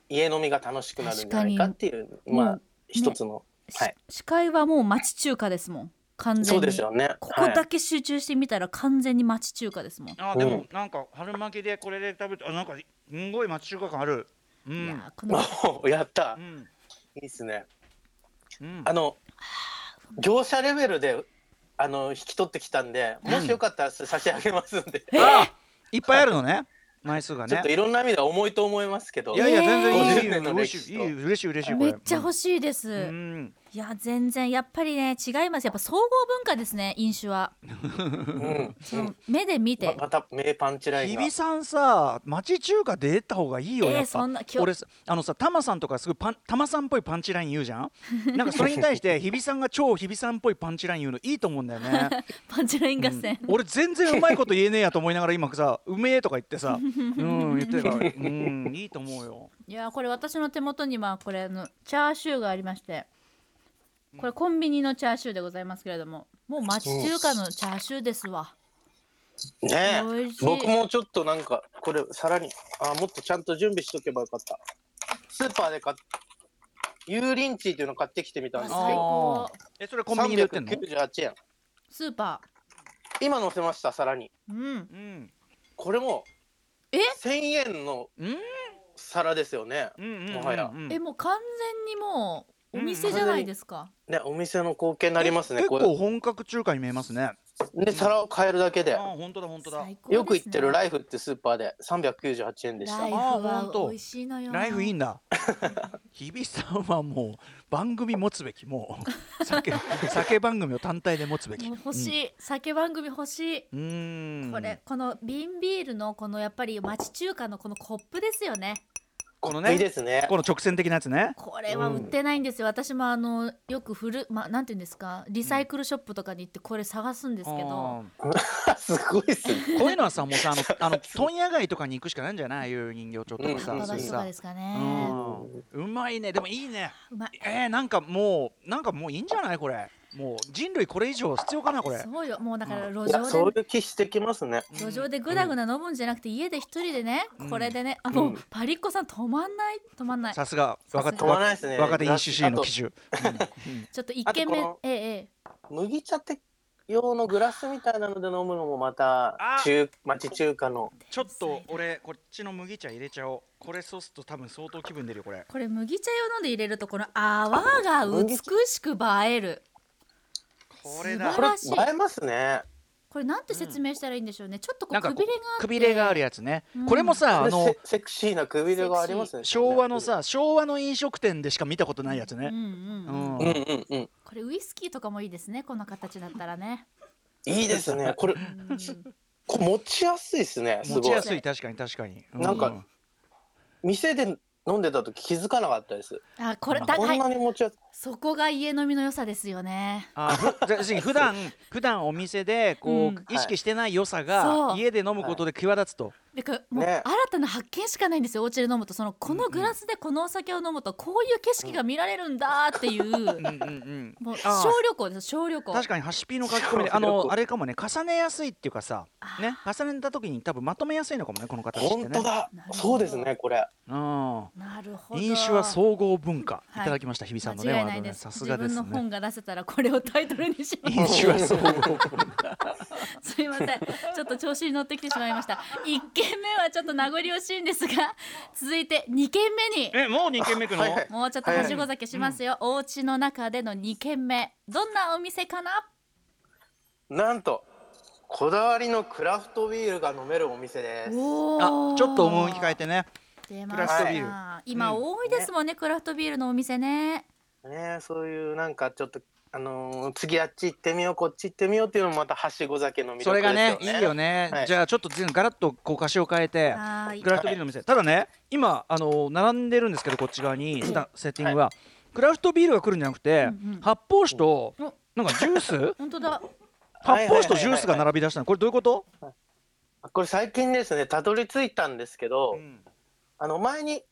Speaker 4: 家飲みが楽しくなるんじゃないかっていうま
Speaker 2: う
Speaker 4: あ
Speaker 2: ん
Speaker 4: 一つのはい
Speaker 2: し司会はもう町中華ですもん完全に
Speaker 4: そうですよね。
Speaker 2: ここ
Speaker 4: はい
Speaker 2: だけ集中してみたら完全に町中華ですもん、
Speaker 3: あでもなんか春巻きでこれで食べてあなんかすんごい町中華感ある。う
Speaker 2: い
Speaker 3: ん
Speaker 2: や。ーこの
Speaker 4: お やった
Speaker 3: う。ん。
Speaker 4: いいっすね。
Speaker 3: うん
Speaker 4: あの業者レベルであの引き取ってきたんで、もしよかったら差し上げますんで、
Speaker 3: いっぱいあるのね。枚数が
Speaker 4: ちょ
Speaker 3: ね
Speaker 4: っと。いろんな意味では重いと思いますけど、
Speaker 3: いやいや
Speaker 2: えー
Speaker 3: 全然いい
Speaker 4: 50年の
Speaker 3: 嬉
Speaker 4: 歴
Speaker 3: し
Speaker 4: 史
Speaker 3: いい
Speaker 4: と
Speaker 3: い嬉しい嬉しいこ
Speaker 2: め
Speaker 3: れ
Speaker 2: っちゃ欲しいです、
Speaker 3: うんうん
Speaker 2: いや全然やっぱりね違いますやっぱ総合文化ですね飲酒は
Speaker 4: うん、
Speaker 2: その目で見
Speaker 4: ま
Speaker 2: て
Speaker 4: また名パンチライン
Speaker 3: 日
Speaker 4: が
Speaker 3: 比さんさ町中華出た方がいいよ
Speaker 2: えー
Speaker 3: やっぱ、
Speaker 2: そんな今日
Speaker 3: 俺さあのさタマさんとかすごいパンタマさんっぽいパンチライン言うじゃんなんかそれに対し て日比さんが超日比さんっぽいパンチライン言うのいいと思うんだよね、
Speaker 2: パンチライン合
Speaker 3: うん
Speaker 2: 戦、
Speaker 3: 俺全然うまいこと言えねえやと思いながら今さ「うめえ」とか言って さうん言ってるからうんいいと思うよ
Speaker 2: いやこれ私の手元にはこれあのチャーシューがありましてこれコンビニのチャーシューでございますけれどももう町中華のチャーシューですわ
Speaker 4: ね
Speaker 2: 美味しい
Speaker 4: 僕もちょっとなんかこれさらにあもっとちゃんと準備しとけばよかったスーパーで買っ油淋鶏っていうの買ってきてみた
Speaker 2: わ
Speaker 4: んです
Speaker 2: 最
Speaker 4: よ
Speaker 2: 高
Speaker 3: えそれコンビニで売ってんの、
Speaker 4: 398円
Speaker 2: スーパ
Speaker 4: 今乗せましたさらに
Speaker 2: ーうん
Speaker 3: うん、
Speaker 4: これも
Speaker 2: え
Speaker 4: 1000円の
Speaker 3: うん
Speaker 4: 皿ですよね
Speaker 3: うんうんうんうん
Speaker 4: もはや
Speaker 2: えもう完全にもうお店じゃないですか、
Speaker 4: ねお店の光景になりますね
Speaker 3: 結
Speaker 4: こ
Speaker 3: 構本格中華に見えますね
Speaker 4: れで皿を変えるだけで
Speaker 3: あー本当だ本当だ
Speaker 2: 最高ですね
Speaker 4: よく行ってるライフってスーパーで398円でした
Speaker 2: ライフ
Speaker 3: あ
Speaker 2: は
Speaker 3: 本当
Speaker 2: 美味しいのよ
Speaker 3: ライフいいんだ日比さんはもう番組持つべきも う酒酒番組を単体で持つべき
Speaker 2: もう欲しい、酒番組欲しい
Speaker 3: うんうーん
Speaker 2: これこの瓶ビールのこのやっぱり町中華のこのコップですよね
Speaker 3: この
Speaker 4: いい
Speaker 3: ね
Speaker 4: ですね
Speaker 3: この直線的なやつね
Speaker 2: これは売ってないんですよ、私もあのよく古る、まあ、なんていうんですかリサイクルショップとかに行ってこれ探すんですけど、
Speaker 3: うん
Speaker 4: すごいっすね
Speaker 3: こういうのはさもうさあのあの問屋街とかに行くしかないんじゃないああいう人形町とか
Speaker 2: う
Speaker 3: さ,、
Speaker 2: ん、
Speaker 3: そういう
Speaker 2: とか
Speaker 3: さ
Speaker 2: ですか
Speaker 3: う
Speaker 2: ね、
Speaker 3: んうまいねでもいいね
Speaker 2: うまい
Speaker 3: えー、なんかもうなんかもういいんじゃないこれもう人類これ以上必要かなこれ
Speaker 2: そうよもうだから路
Speaker 4: いや
Speaker 2: 上
Speaker 4: そう
Speaker 2: で
Speaker 4: いう気してきますね
Speaker 2: 路上でぐだぐだ飲むんじゃなくて家で一人でね、
Speaker 3: うん
Speaker 2: これでねあもう、
Speaker 4: うん
Speaker 2: パリッコさん止まんない止まんない
Speaker 3: さすが
Speaker 2: さすが
Speaker 3: 若手
Speaker 4: 止まらないですね
Speaker 3: 若手飲酒主義
Speaker 4: あ
Speaker 3: の
Speaker 4: と
Speaker 3: 基準うん
Speaker 2: ちょっと一軒目
Speaker 4: あとこ
Speaker 2: えええ
Speaker 4: 麦茶って用のグラスみたいなので飲むのもまた
Speaker 3: あ
Speaker 4: 中町中華の
Speaker 3: ちょっと俺こっちの麦茶入れちゃおうこれそうすると多分相当気分出るよこれ
Speaker 2: えこれ麦茶用飲んで入れるとこの泡が美しく映える
Speaker 3: これ
Speaker 2: 素
Speaker 3: だ
Speaker 4: こ
Speaker 2: 晴
Speaker 4: れ
Speaker 2: らしい
Speaker 4: 映えますね
Speaker 2: これなんて説明したらいいんでしょうね、ちょっとこ
Speaker 3: な
Speaker 2: うん
Speaker 3: か
Speaker 2: く
Speaker 3: こう
Speaker 2: びれがあって
Speaker 3: くびれがあるやつね、
Speaker 2: うん
Speaker 3: これもさあ
Speaker 4: あ
Speaker 3: の
Speaker 4: のセクシーなくびれがありますね
Speaker 3: 昭和のさ昭和の飲食店でしか見たことないやつ
Speaker 2: うん
Speaker 3: ね、
Speaker 2: う
Speaker 3: うん
Speaker 2: うん
Speaker 3: ん
Speaker 4: うんうんうん
Speaker 2: これウイスキーとかもいいですねこの形だったらね、
Speaker 4: いいですねこれ
Speaker 2: うん、
Speaker 4: これ持ちやすいですねす
Speaker 3: 持ち
Speaker 4: ごい
Speaker 3: やすい確かに確かに、う
Speaker 4: なんか店で飲んでた時気づかなかったです
Speaker 2: あこれだ
Speaker 4: こ
Speaker 2: は
Speaker 4: ん
Speaker 2: い
Speaker 4: なに持ちやすい
Speaker 2: そこが家飲みの良さですよね
Speaker 3: あふ じゃあ要するに普段普段お店でこう、
Speaker 2: うん
Speaker 3: 意識してない良さが、
Speaker 2: そう
Speaker 3: 家で飲むことで際立つと、
Speaker 2: だからもう新
Speaker 4: ね
Speaker 2: たな発見しかないんですよお家で飲むとそのこのグラスでこのお酒を飲むとこういう景色が見られるんだっていう、
Speaker 3: うんうんうん
Speaker 2: もう
Speaker 3: あー
Speaker 2: 小旅行です小旅行
Speaker 3: 確かにハシピーの書き込みであ
Speaker 4: そう
Speaker 3: の
Speaker 4: よく
Speaker 3: あれかもね重ねやすいっていうかさ
Speaker 2: あー
Speaker 3: ね重ねた時に多分まとめやすいのかもねこの形ってね
Speaker 4: 本当だ
Speaker 2: なるほど
Speaker 4: そうですねこれ
Speaker 3: うん
Speaker 2: なるほど
Speaker 3: 飲酒は総合文化、
Speaker 2: はい
Speaker 3: い、ただきました日比さんのね
Speaker 2: 間違い
Speaker 3: ワ
Speaker 2: な
Speaker 3: ー
Speaker 2: い
Speaker 3: ドね
Speaker 2: です
Speaker 3: さすがです
Speaker 2: 自分の
Speaker 3: ね
Speaker 2: 本が出せたらこれをタイトルにします
Speaker 3: 飲酒は総合
Speaker 2: すいませんちょっと調子に乗ってきてしまいました1軒目はちょっと名残惜しいんですが続いて2軒目に
Speaker 3: えもう2軒目くの
Speaker 4: はいはい
Speaker 2: もうちょっとはしご酒しますよ、お家の中での2軒目どんなお店かな
Speaker 4: なんとこだわりのクラフトビールが飲めるお店です
Speaker 2: お
Speaker 3: あ
Speaker 2: ー
Speaker 3: ちょっと思い変えてね
Speaker 2: 出ま
Speaker 3: クラ
Speaker 4: フトビ
Speaker 2: し
Speaker 3: ール
Speaker 2: た今多いですもんね、クラフトビールのお店ね
Speaker 4: ねそういうなんかちょっとあのー次あっち行ってみようこっち行ってみようっていうのもまたはしご酒の魅力です
Speaker 3: そ
Speaker 4: よね
Speaker 3: れがねいいよね、
Speaker 4: はい
Speaker 3: じゃあちょっと全部ガラッとこう歌詞を変えて
Speaker 2: はーい
Speaker 3: クラフトビールの店、ただね今あの並んでるんですけどこっち側にスタセッティングは、クラフトビールが来るんじゃなくて、
Speaker 2: うんうん
Speaker 3: 発泡酒と
Speaker 2: お
Speaker 3: なんかジュース
Speaker 2: 本当だ
Speaker 3: 発泡酒とジュースが並び出したのこれどういうこと、
Speaker 4: これ最近ですねたどり着いたんですけど、あの前に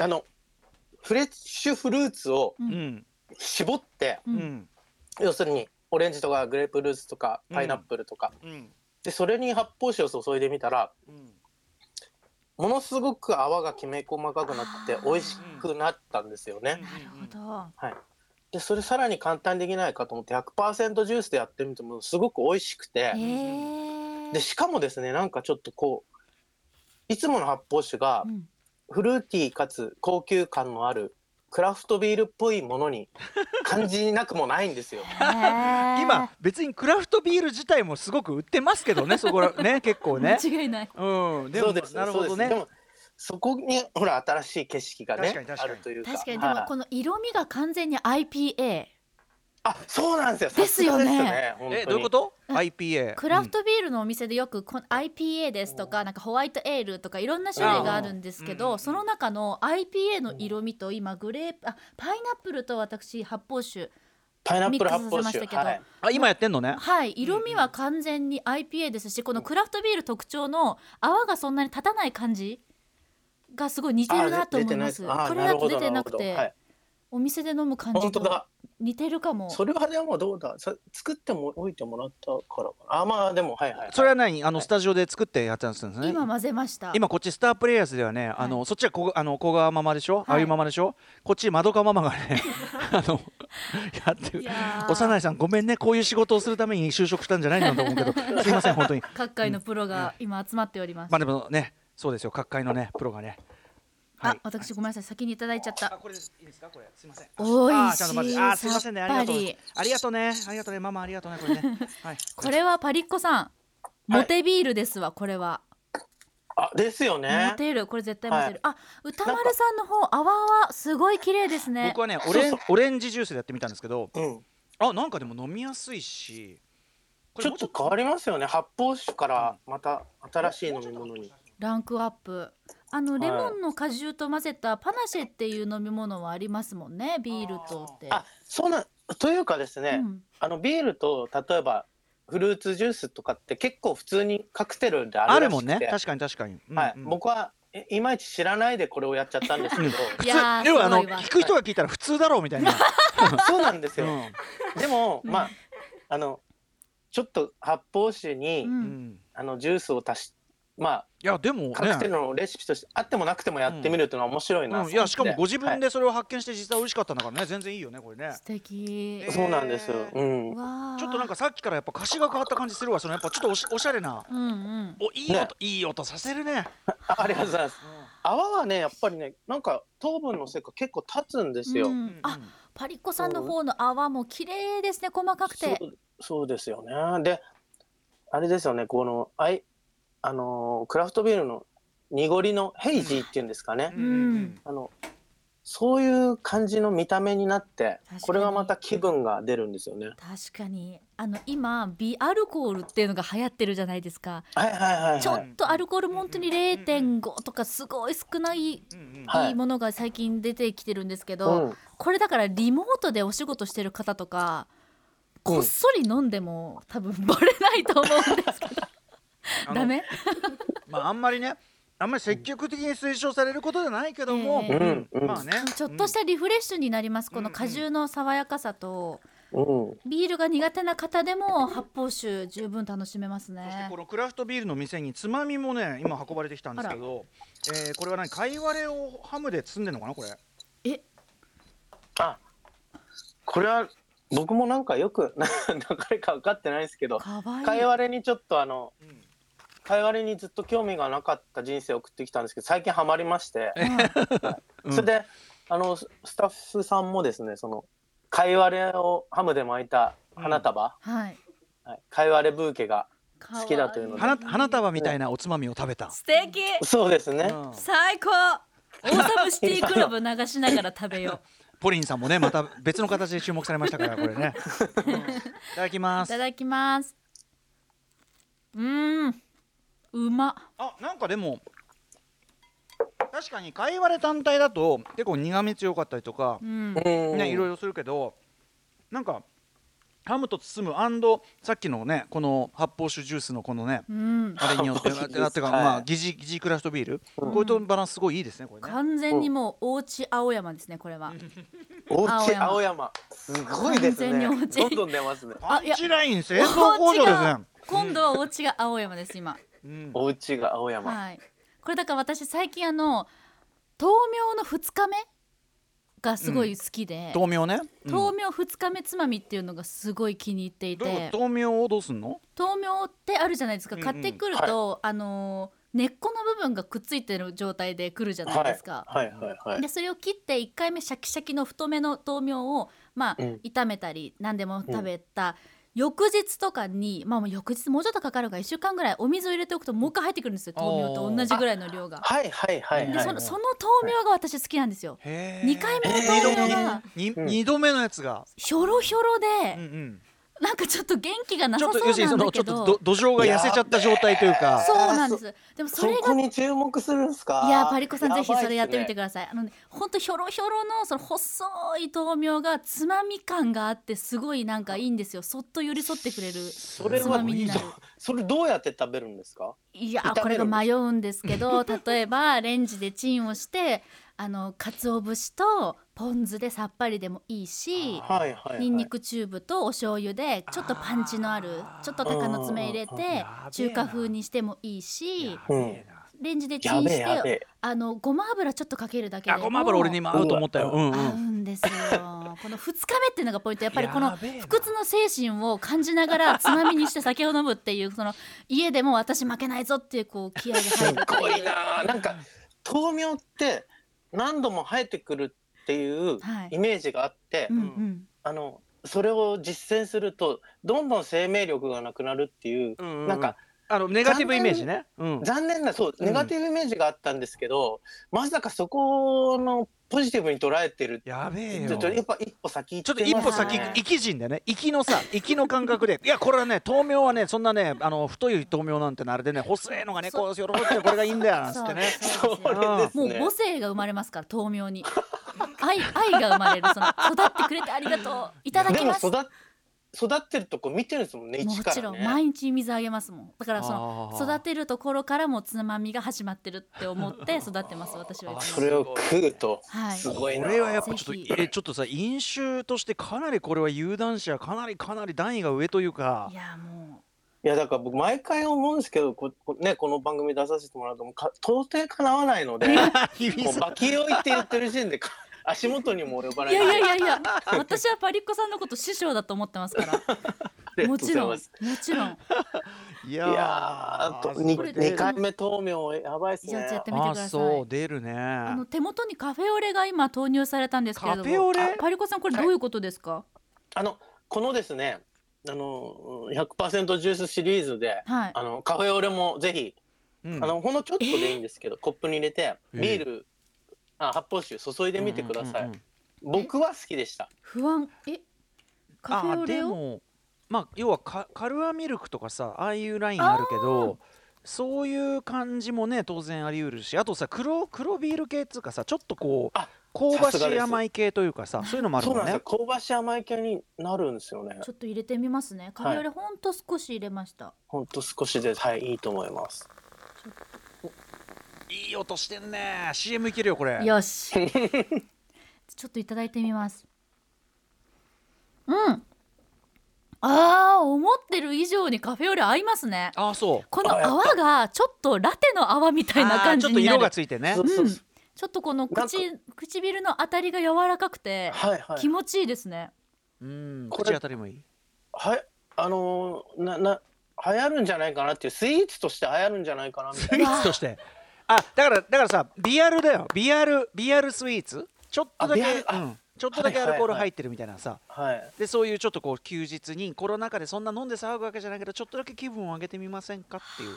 Speaker 4: あのフレッシュフルーツを
Speaker 2: う
Speaker 3: うんん
Speaker 4: 絞って、
Speaker 2: う
Speaker 3: うんん
Speaker 4: 要するにオレンジとかグレープフルーツとかパイナップルとか、
Speaker 3: うん
Speaker 4: でそれに発泡酒を注いでみたら
Speaker 3: うん
Speaker 4: ものすごく泡がきめ細かくなって美味しくなったんですよ
Speaker 2: な
Speaker 4: ね。
Speaker 2: るほど
Speaker 4: でそれさらに簡単にできないかと思って100%ジュースでやってみてもすごく美味しくて
Speaker 2: えー
Speaker 4: でしかもですねなんかちょっとこういつもの発泡酒が
Speaker 2: うん
Speaker 4: フルーティーかつ高級感のあるクラフトビールっぽいものに感じなくもないんですよ。
Speaker 2: へー
Speaker 3: 今別にクラフトビール自体もすごく売ってますけどねそこらね結構ね
Speaker 2: 間違いない
Speaker 3: うんで
Speaker 4: そ
Speaker 3: も
Speaker 4: うです
Speaker 3: なるほど
Speaker 4: そうですで
Speaker 3: ね
Speaker 4: もそこにほら新しい景色がね
Speaker 3: 確かに確
Speaker 4: あ
Speaker 3: かに
Speaker 4: るというか
Speaker 2: 確かにでも
Speaker 4: はい
Speaker 2: この色味が完全に IPA
Speaker 4: あそうなんですよ
Speaker 2: ですよね
Speaker 4: さすがですよね本当に
Speaker 3: えどういうこと ?IPA
Speaker 2: クラフトビールのお店でよくこ IPA ですとかなんかホワイトエールとかいろんな種類があるんですけ
Speaker 3: うんうんう
Speaker 2: ど
Speaker 3: ん
Speaker 2: その中の IPA の色味と今グレープあパイナップルと私発泡酒
Speaker 4: パイナップル発
Speaker 2: ミ
Speaker 4: 泡
Speaker 2: ックスさせました
Speaker 4: 酒
Speaker 2: けど
Speaker 4: はい
Speaker 3: あ今やってんのね
Speaker 2: はい色味は完全に IPA ですしこのクラフトビール特徴の泡がそんなに立たない感じがすごい似てるなと思います
Speaker 4: あ出てな
Speaker 2: こ
Speaker 4: いあ
Speaker 2: れだと出
Speaker 4: るほど
Speaker 2: てなく
Speaker 4: る
Speaker 2: て
Speaker 4: ほどはい
Speaker 2: お店で飲む感じ
Speaker 4: 本当
Speaker 2: と
Speaker 4: だ
Speaker 2: 似てるかも
Speaker 4: それはでもどうださ作っても置いてもらったからかなあまあでもはいはい、はい、
Speaker 3: それは何あの
Speaker 4: はい
Speaker 3: スタジオで作ってやったんですね
Speaker 2: 今混ぜました
Speaker 3: 今こっちスタープレイヤーズではね、あのそっちはこあの小川ママでしょ、
Speaker 2: はい
Speaker 3: あゆママでしょこっちまどかママが ねあのやってる
Speaker 2: いやー
Speaker 3: 幼いさんごめんねこういう仕事をするために就職したんじゃないなんて 思うけどすいません本当に
Speaker 2: 各界のプロが今集まっております
Speaker 3: まあでもねそうですよ各界のねプロがねは
Speaker 2: あ
Speaker 3: い
Speaker 2: 私ごめんなさい先にいただいちゃった
Speaker 3: これいいですかこれすいません
Speaker 2: おい
Speaker 3: あ
Speaker 2: し
Speaker 3: ちゃん
Speaker 2: い
Speaker 3: と混ぜてあすいませんねあり
Speaker 2: さ
Speaker 3: が
Speaker 2: っ
Speaker 3: と
Speaker 2: ぱ
Speaker 3: う
Speaker 2: り
Speaker 3: ありがとうねありがとうねママありがとうねこれ ね、はい、
Speaker 2: これはパリッコさんモテビールですわこれは
Speaker 4: あですよね
Speaker 2: モテるこれ絶対モテるあ歌丸さんの方泡はすごい綺麗ですね
Speaker 3: 僕はねオレン
Speaker 4: そう
Speaker 3: オレンジジュースでやってみたんですけど
Speaker 4: うん
Speaker 3: あなんかでも飲みやすいしこ
Speaker 4: ち
Speaker 3: れ
Speaker 4: ょ
Speaker 3: も
Speaker 4: っ
Speaker 3: うちょ
Speaker 4: と
Speaker 3: っと
Speaker 4: 変わりますよね発泡酒からまた新しい飲み物に
Speaker 2: ランクアップあの
Speaker 4: い
Speaker 2: レモンの果汁と混ぜたパナシェっていう飲み物はありますもんねビールとって
Speaker 4: あそうなんというかですね、
Speaker 2: うん
Speaker 4: あのビールと例えばフルーツジュースとかって結構普通にカクテルであ
Speaker 3: あ
Speaker 4: る
Speaker 3: る
Speaker 4: らしく
Speaker 3: も
Speaker 4: て
Speaker 3: んね確かに確かに、うん
Speaker 4: はい
Speaker 3: うん
Speaker 4: 僕はえいまいち知らないでこれをやっちゃった んですけど
Speaker 2: いやー
Speaker 3: 要はあの
Speaker 2: すごいわ
Speaker 3: 聞く人が聞いたら普通だろうみたいな、
Speaker 4: そうなんです
Speaker 3: う
Speaker 4: よ、
Speaker 3: ん
Speaker 4: でも
Speaker 2: うん
Speaker 4: まああのちょっと発泡酒に、
Speaker 2: うん
Speaker 3: うん
Speaker 4: あのジュースを足しまあ
Speaker 3: いやでもね
Speaker 4: カクテルのレシピとしてあってもなくてもやってみるっていうのは面白いな、
Speaker 3: うんいやしかもご自
Speaker 4: はい
Speaker 3: 分でそれを発見して実際美味しかったんだからね全然いいよねこれね
Speaker 2: 素敵
Speaker 3: えー
Speaker 4: そうなんですよ、うん、
Speaker 2: わあ
Speaker 3: ちょっとなんかさっきからやっぱ歌詞が変わった感じするわそのやっぱちょっとおしおしゃれな
Speaker 2: うんうん
Speaker 3: おいい音、
Speaker 4: ね
Speaker 3: いい音させるね、
Speaker 4: あありがとうございます泡はねやっぱりねなんか糖分のせいか結構立つんですよ、
Speaker 2: うんあパリッコさんの方の泡も綺麗ですね細かくて
Speaker 4: そうそうですよねであれですよねこのあいあのークラフトビールの濁りのヘイジーっていうんですかね、
Speaker 2: ん
Speaker 4: あのそういう感じの見た目になって
Speaker 2: かに
Speaker 4: これがまた気分が出るんですよね
Speaker 2: 確かにあの今ビアルコールっていうのが流行ってるじゃないですか
Speaker 4: はいはいはい、はい、
Speaker 2: ちょっとアルコールも本当に0.5とかすごい少ない
Speaker 3: うんうん
Speaker 4: はい
Speaker 2: いいものが最近出てきてるんですけど、
Speaker 4: うん、
Speaker 2: これだからリモートでお仕事してる方とかこっそり飲んでも多分バレないと思うんですけ
Speaker 3: あ
Speaker 2: ど
Speaker 3: の
Speaker 2: ダメ
Speaker 3: まああんまりねあんまり積極的に推奨されることじゃないけども、
Speaker 2: ええ
Speaker 4: うんうん
Speaker 3: まあね
Speaker 2: ちょっとしたリフレッシュになりますこの果汁の爽やかさと
Speaker 4: うん、
Speaker 2: ビールが苦手な方でも発泡酒十分楽しめます
Speaker 3: そして
Speaker 2: ね
Speaker 3: このクラフトビールの店につまみもね今運ばれてきたんですけど、えーこれは何かいわれをハムで包んでるのかなこれ
Speaker 4: あこれは僕もなんかよく 流れか分かってないですけど
Speaker 2: かわいい
Speaker 4: かいわれにちょっとあの
Speaker 3: うん
Speaker 4: かいわれにずっと興味がなかった人生を送ってきたんですけど最近ハマりまして、
Speaker 3: うん
Speaker 4: それであのススタッフさんもですねそのかいわれをハムで巻いた花束、
Speaker 2: はい
Speaker 4: はい、かいわれブーケが好きだというので
Speaker 3: 花花束みたいなおつまみを食べた、
Speaker 2: 素敵
Speaker 4: そうですね、
Speaker 3: うん
Speaker 2: 最高オーサムシティクラブ流しながら食べよ
Speaker 3: ポリンさんもねまた別の形で注目されましたからこれ ね、うんいただき
Speaker 2: う
Speaker 3: ま
Speaker 2: いた
Speaker 3: す
Speaker 2: だきますうーんうま
Speaker 3: あなんかでも確かにかいわれ単体だと結構苦味強かったりとか
Speaker 2: う、ん
Speaker 4: うん
Speaker 3: ねいろいろするけどなんかハムと包むアンドさっきのねこの発泡酒ジュースのこのね
Speaker 2: うん
Speaker 3: あれによって、
Speaker 4: ハ
Speaker 3: あ
Speaker 4: ムと
Speaker 3: て
Speaker 4: ジュース
Speaker 3: か、
Speaker 4: はい
Speaker 3: まあ、疑似、疑似クラフトビール、こういうとバランスすごいいいですね、これね。
Speaker 2: 完全にもうおうち青山ですねこれは
Speaker 4: おう
Speaker 2: 青
Speaker 4: ち
Speaker 2: 山
Speaker 4: 青山すごいです
Speaker 2: 完全に
Speaker 4: ね
Speaker 2: おうち
Speaker 4: どんどん出ますね
Speaker 3: パ
Speaker 2: あいや
Speaker 3: ンチライン製造工場ですね。
Speaker 2: 今度はお家が青山です今
Speaker 3: うん
Speaker 4: おうちが青山、
Speaker 2: はいこれだから私最近あの豆苗の2日目がすごい好きで、
Speaker 3: 豆苗ね。うん
Speaker 2: 豆苗2日目つまみっていうのがすごい気に入ってい
Speaker 3: どうい
Speaker 2: て
Speaker 3: うこと豆苗をどうすんの。
Speaker 2: 豆苗ってあるじゃないですか
Speaker 3: うんうん
Speaker 2: 買ってくると、あのー根っこの部分がくっついてる状態でくるじゃないですか、
Speaker 4: はいはいはい
Speaker 2: でそれを切って1回目シャキシャキの太めの豆苗をまあ、
Speaker 4: うん
Speaker 2: 炒めたり何でも食べた翌日とかにまあもう翌日もうちょっとかかるから1週間ぐらいお水を入れておくともう一回入ってくるんですよ豆苗と同じぐらいの量が。
Speaker 4: はいはいはい
Speaker 2: で
Speaker 4: は
Speaker 2: そ
Speaker 4: い
Speaker 2: のその豆苗が私好きなんですよ。
Speaker 3: へ
Speaker 2: 2回目の豆苗が
Speaker 3: 目
Speaker 4: うん
Speaker 3: 2度目のやつが、
Speaker 2: ひょろひょろ
Speaker 3: うんう
Speaker 2: で
Speaker 3: ん、
Speaker 2: なんかちょっと元気がな
Speaker 3: ちょ
Speaker 2: さそ
Speaker 3: っと
Speaker 2: う
Speaker 3: 要する
Speaker 2: な
Speaker 3: にそ
Speaker 2: んだ
Speaker 3: のちょ
Speaker 2: け
Speaker 3: っと
Speaker 2: ど
Speaker 3: ど土壌が痩せちゃった状態というか
Speaker 2: そうなんです。でもそ
Speaker 4: そ
Speaker 2: れが
Speaker 4: こに注目するんですか
Speaker 2: いやーパリコさんぜひそれやってみて
Speaker 4: く
Speaker 2: ください。あのね本当ひょろひょろのその細い豆苗がつまみ感があってすごいなんかいいんですよ。そっと寄り添ってくれる
Speaker 4: それ
Speaker 2: つ
Speaker 4: は
Speaker 2: まみになる。
Speaker 4: それどうやって食べるんですか
Speaker 2: いや
Speaker 4: 炒め
Speaker 2: ー
Speaker 4: る
Speaker 2: これが迷うんですけど例えばレンジでチンをしてあの鰹節とポン酢でさっぱりでもいいし。
Speaker 4: はいはい、はい、
Speaker 2: ニンニクチューブとお醤油でちょっとパンチのあるちょっと鷹の爪入れ
Speaker 4: うんうんうん
Speaker 2: て中華風にしてもいいし
Speaker 4: うん
Speaker 2: レンジでチ
Speaker 4: や
Speaker 2: ン
Speaker 4: べえ
Speaker 2: し
Speaker 4: やべ
Speaker 2: て
Speaker 4: え
Speaker 2: あのごま油ちょっとかけるだけで
Speaker 3: あ
Speaker 2: も
Speaker 3: ごま油俺に今合うと思ったよ、うんう、
Speaker 2: 合うんんですよこの2日目っていうのがポイントやっぱりこの
Speaker 3: やべえな
Speaker 2: 不屈の精神を感じながらつまみにして酒を飲むっていうその家でも私負けないぞっていうこう気合が入る
Speaker 4: すごいなあなんか豆苗って何度も生えてくるっていう
Speaker 2: はい
Speaker 4: イメージがあって、
Speaker 2: うんうん
Speaker 4: あのそれを実践するとどんどん生命力がなくなるっていう、
Speaker 3: うんうん
Speaker 4: なんか
Speaker 3: あのネガティブイメージね、うん、
Speaker 4: 残念なそう
Speaker 3: うん
Speaker 4: ネガティブイメージがあったんですけど、まさかそこのポジティブに捉えてる
Speaker 3: やべえよ
Speaker 4: ちょっとやっぱ一歩先
Speaker 3: ちょ
Speaker 4: 行っ
Speaker 3: っと
Speaker 4: て
Speaker 3: 一
Speaker 4: ますね
Speaker 3: 歩先
Speaker 2: 行、
Speaker 3: 生き人でね、生きのさ、 生きの感覚で、いや、これはね、豆苗はね、そんなね、あの太い豆苗なんてのあれでね、細いのがね、こう、喜んで、これがいいんだよ、なんつってね。
Speaker 2: そうです
Speaker 4: そ
Speaker 2: よ
Speaker 4: れです
Speaker 2: もう
Speaker 4: ね
Speaker 2: 母性が生まれますから豆苗に愛愛が生まれるその育ってくれてありがとういただ
Speaker 4: で
Speaker 2: き
Speaker 4: も
Speaker 2: ます
Speaker 4: 育っ育ってるとこ見てるんですもんね
Speaker 2: も
Speaker 4: 一か
Speaker 2: ち
Speaker 4: ら
Speaker 2: ろん
Speaker 4: ね
Speaker 2: 毎日水あげますもんだからその
Speaker 3: あー
Speaker 2: 育てるところからもうつまみが始まってるって思って育ってます私はいつも
Speaker 3: あ
Speaker 4: それを食うと
Speaker 2: はい
Speaker 4: すごい
Speaker 3: こ
Speaker 4: な
Speaker 3: れはやっぱちょっと
Speaker 2: ぜひ
Speaker 3: えちょっとさ飲酒としてかなりこれは有段者かなりかなり段位が上というか
Speaker 2: いやも
Speaker 4: いやだから僕毎回思うんですけどここねこの番組出させてもらうともうか到底かなわないの でもうバキ酔いって言ってる時点でか 足元にも及ば
Speaker 2: う
Speaker 4: ないい
Speaker 2: やいやいやいや私はパリッコさんのこと師匠だと思ってますから もちろんもちろん
Speaker 3: い
Speaker 4: いやーとに
Speaker 2: これ
Speaker 4: 二回目豆苗やばいっす
Speaker 2: いやちょっとやっ
Speaker 4: ね
Speaker 2: てみて
Speaker 3: あ
Speaker 2: ください
Speaker 3: そう出るね
Speaker 2: あの手元にカフェオレが今投入されたんですけれども
Speaker 3: カフェオレ
Speaker 2: パリコさんこれどういうことですか
Speaker 4: あのこのですねあの100%ジュースシリーズで
Speaker 2: はい
Speaker 4: あのカフェオレもぜひ
Speaker 3: うん
Speaker 4: あのほんのちょっとでいいんですけど、コップに入れて
Speaker 3: え
Speaker 4: ビール、あ発泡酒注いでみてください、
Speaker 3: うんうんうん
Speaker 4: 僕は好きでした
Speaker 2: 不安えカフェオレ
Speaker 3: あで
Speaker 2: を
Speaker 3: もまあ要はカカルアミルクとかさああいうラインあるけどそういう感じもね当然あり得るしあとさ黒黒ビール系っつうかさちょっとこう
Speaker 4: あ
Speaker 3: 香ば
Speaker 4: さす
Speaker 3: し
Speaker 4: がで
Speaker 3: い
Speaker 4: す
Speaker 3: 甘い系というかさそういうのもある
Speaker 4: そう
Speaker 3: も
Speaker 4: なん
Speaker 3: ん
Speaker 4: です
Speaker 3: ね
Speaker 4: よ香ばしい甘い系になるんですよね
Speaker 2: ちょっと入れてみますねカフェオレほんと少し入れました、
Speaker 4: ほんと少しではいいいと思います
Speaker 3: いい音してんね CM いけるよこれ
Speaker 2: よし ちょっといただいてみますうんあー思ってる以上にカフェオレ合いますね
Speaker 3: ああそう
Speaker 2: この
Speaker 4: あやっ
Speaker 2: 泡がちょっとラテの泡みたいな
Speaker 3: あー
Speaker 2: 感
Speaker 3: ちょ
Speaker 2: じ
Speaker 3: っと
Speaker 2: にな
Speaker 3: 色
Speaker 2: る
Speaker 3: がついてね
Speaker 4: そうそうそう
Speaker 2: ちょっとこの
Speaker 4: なん
Speaker 2: 口唇のあたりが柔らかくて
Speaker 4: はいは
Speaker 2: 気
Speaker 4: い
Speaker 2: 持ちいいですね。
Speaker 3: うん
Speaker 4: これ
Speaker 3: 口当たりもいい
Speaker 4: はいあのーなな流行るんじゃないかなっていうスイーツとして流行るんじゃないかなみ
Speaker 3: ス
Speaker 4: たい
Speaker 3: イ
Speaker 4: な
Speaker 3: ーツとしてあだからだからさビアルだよビアルビアルスイーツちょっとだけ、
Speaker 4: あビアルあ
Speaker 3: うんちょっとだけ
Speaker 4: は
Speaker 3: ア
Speaker 4: いはいは
Speaker 3: ル
Speaker 4: い
Speaker 3: コール入ってるみたいなさ、
Speaker 4: はい
Speaker 3: でそういうちょっとこう休日にコロナ禍でそんな飲んで騒ぐわけじゃないけどちょっとだけ気分を上げてみませんかっていう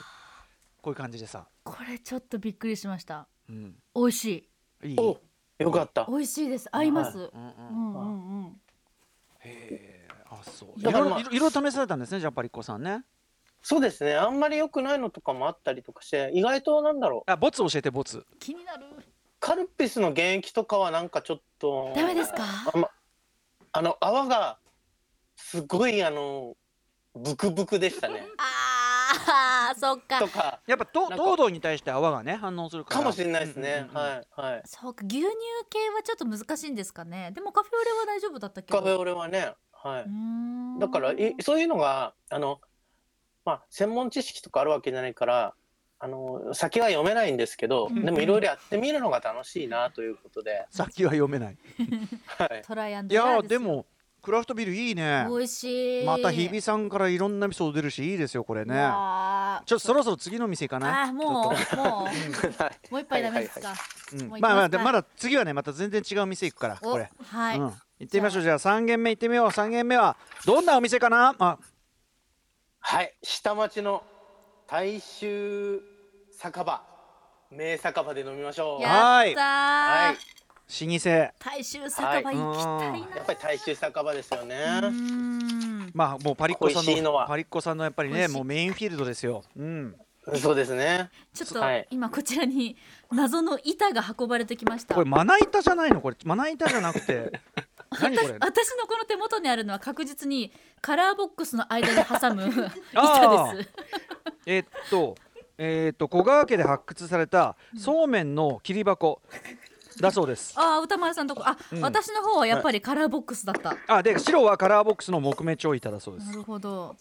Speaker 3: こういう感じでさ、
Speaker 2: これちょっとびっくりしました。
Speaker 3: うん、
Speaker 2: 美味しい。
Speaker 3: いい
Speaker 4: およかった
Speaker 2: 美味しいです。合います。
Speaker 3: う
Speaker 2: うん
Speaker 3: う
Speaker 2: ん
Speaker 3: ん
Speaker 2: うんうん。
Speaker 3: あそういろ
Speaker 4: だ
Speaker 3: い
Speaker 4: からま
Speaker 3: ろ
Speaker 4: あ
Speaker 3: いろいろ試されたんですねじゃあパリッコさんね
Speaker 4: そうですねあんまり良くないのとかもあったりとかして意外となんだろう
Speaker 3: あボツ教えてボツ
Speaker 2: 気になる。
Speaker 4: カルピスの原液とかはなんかちょっと
Speaker 2: ダメですか
Speaker 4: あ,、まあの泡がすごいあのブクブクでしたね
Speaker 2: あ あ、そっか
Speaker 4: と。か
Speaker 3: やっぱと
Speaker 4: なんか
Speaker 3: 糖度に対して泡がね反応するから
Speaker 4: かもしれないですね、
Speaker 3: うんうんうんうん
Speaker 4: はいはい
Speaker 2: そうか。牛乳系はちょっと難しいんですかね。でもカフェオレは大丈夫だったっけど。
Speaker 4: カフェオレはねは
Speaker 2: う
Speaker 4: い
Speaker 2: ーん
Speaker 4: だからいそういうのがあのまあ専門知識とかあるわけじゃないからあの先は読めないんですけど、
Speaker 2: うん
Speaker 4: でもいろいろやってみるのが楽しいなということで、
Speaker 3: 先は読めない
Speaker 4: はい、
Speaker 2: トライアン
Speaker 3: い
Speaker 2: ドエラ
Speaker 3: や
Speaker 2: ー
Speaker 3: ーでもクラフトビールいいね
Speaker 2: 美味しい
Speaker 3: また日比さんからいろんなエピソード出るしいいですよこれね
Speaker 2: わあ
Speaker 3: ちょっとそろそろ次の店行かない
Speaker 2: あーも
Speaker 3: ちょっ
Speaker 2: うも
Speaker 4: はい。
Speaker 2: うもう一杯ダメですか、
Speaker 4: はい
Speaker 3: とうん
Speaker 2: もう行きますか
Speaker 3: まあまあでまだ次はねまた全然違う店行くからこれ
Speaker 2: おはい、
Speaker 3: うん、行ってみましょうじゃあ3軒目行ってみよう3軒目はどんなお店かなあ
Speaker 4: はい、下町の大衆酒場、名酒場で飲みましょう。
Speaker 2: や
Speaker 4: は
Speaker 3: はい
Speaker 2: ったー、
Speaker 3: 老
Speaker 4: い、
Speaker 3: 舗
Speaker 2: 大衆酒場行きたいな、
Speaker 4: やっぱり大衆酒場ですよね。
Speaker 2: うーん
Speaker 3: まあもうパリッコさん
Speaker 4: 美味しいの
Speaker 3: の
Speaker 4: は
Speaker 3: パリッコさんのやっぱり
Speaker 2: 美
Speaker 3: ね
Speaker 2: 味しい
Speaker 3: もうメインフィールドですようん
Speaker 4: そうですね。
Speaker 2: ちょっと
Speaker 4: はい
Speaker 2: 今こちらに謎の板が運ばれてきました
Speaker 3: これまな板じゃないのこれまな板じゃなく て何これ
Speaker 2: 私のこの手元にあるのは確実にカラーボックスの間に挟む
Speaker 3: あ
Speaker 2: 板
Speaker 3: ー
Speaker 2: です
Speaker 3: えっとえっと小川家で発掘されたそうめんの切り箱だそうです
Speaker 2: ああ歌丸さんのとこあ、
Speaker 3: うん
Speaker 2: 私の方はやっぱりカラーボックスだった、
Speaker 3: あで白はカラーボックスの木目調板だそうで
Speaker 2: な
Speaker 3: す
Speaker 2: るほど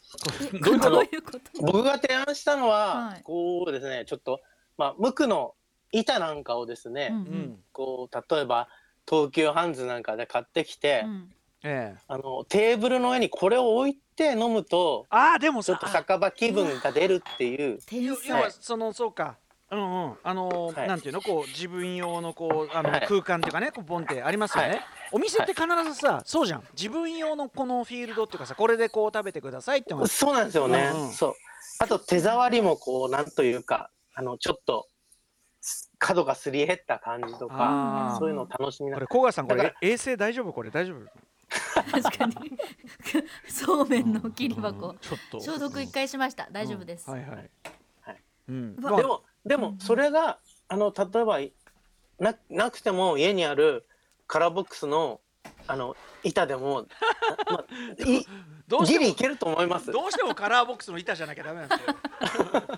Speaker 2: え
Speaker 4: どういうこと
Speaker 2: どういうこと
Speaker 4: 僕が提案したのは、
Speaker 2: はい
Speaker 4: こうですね、ちょっと、まあ、無垢の板なんかをですね、
Speaker 2: うんう
Speaker 3: うんん
Speaker 4: こう、例えば、東急ハンズなんかで買ってきて、
Speaker 2: うん
Speaker 3: ええ
Speaker 4: あの、テーブルの上にこれを置いて飲むと、
Speaker 3: あーでも
Speaker 4: ちょ
Speaker 3: さ
Speaker 4: っと酒場気分が出るっていう、
Speaker 2: 天
Speaker 3: 要
Speaker 2: 才
Speaker 3: はそのそうかうんうんあのー
Speaker 4: はい
Speaker 3: なんていうのこう自分用のこうあの
Speaker 4: はい
Speaker 3: 空間っていうかねこうボンってありますよね、
Speaker 4: はい
Speaker 3: お店って必ずさそうじゃん自分用のこのフィールドっていうかさこれでこう食べてくださいってのが
Speaker 4: そうなんですよね。
Speaker 3: うんうん
Speaker 4: そう。あと手触りもこうなんというかあのちょっと角がすり減った感じとか
Speaker 3: あー
Speaker 4: そういうのを楽しみ
Speaker 3: こ
Speaker 4: ながら
Speaker 3: れ小川さんこ
Speaker 4: だ
Speaker 3: れ
Speaker 4: か
Speaker 3: 衛生大丈夫これ大丈夫
Speaker 2: 確かに そうめんの切り箱、
Speaker 3: うんちょっと
Speaker 2: 消毒一回しました大丈夫です、
Speaker 3: うんはいはい
Speaker 4: はい
Speaker 3: うん
Speaker 2: うわ
Speaker 3: まあ
Speaker 4: でもでもそれがあの例えばななくても家にあるカラーボックスのあの板 でも、あまあ、い
Speaker 3: どうし
Speaker 4: ギ
Speaker 3: て
Speaker 4: リい
Speaker 3: も
Speaker 4: けると思います。
Speaker 3: どうしてもカラーボックスの板じゃなきゃダメなんですよ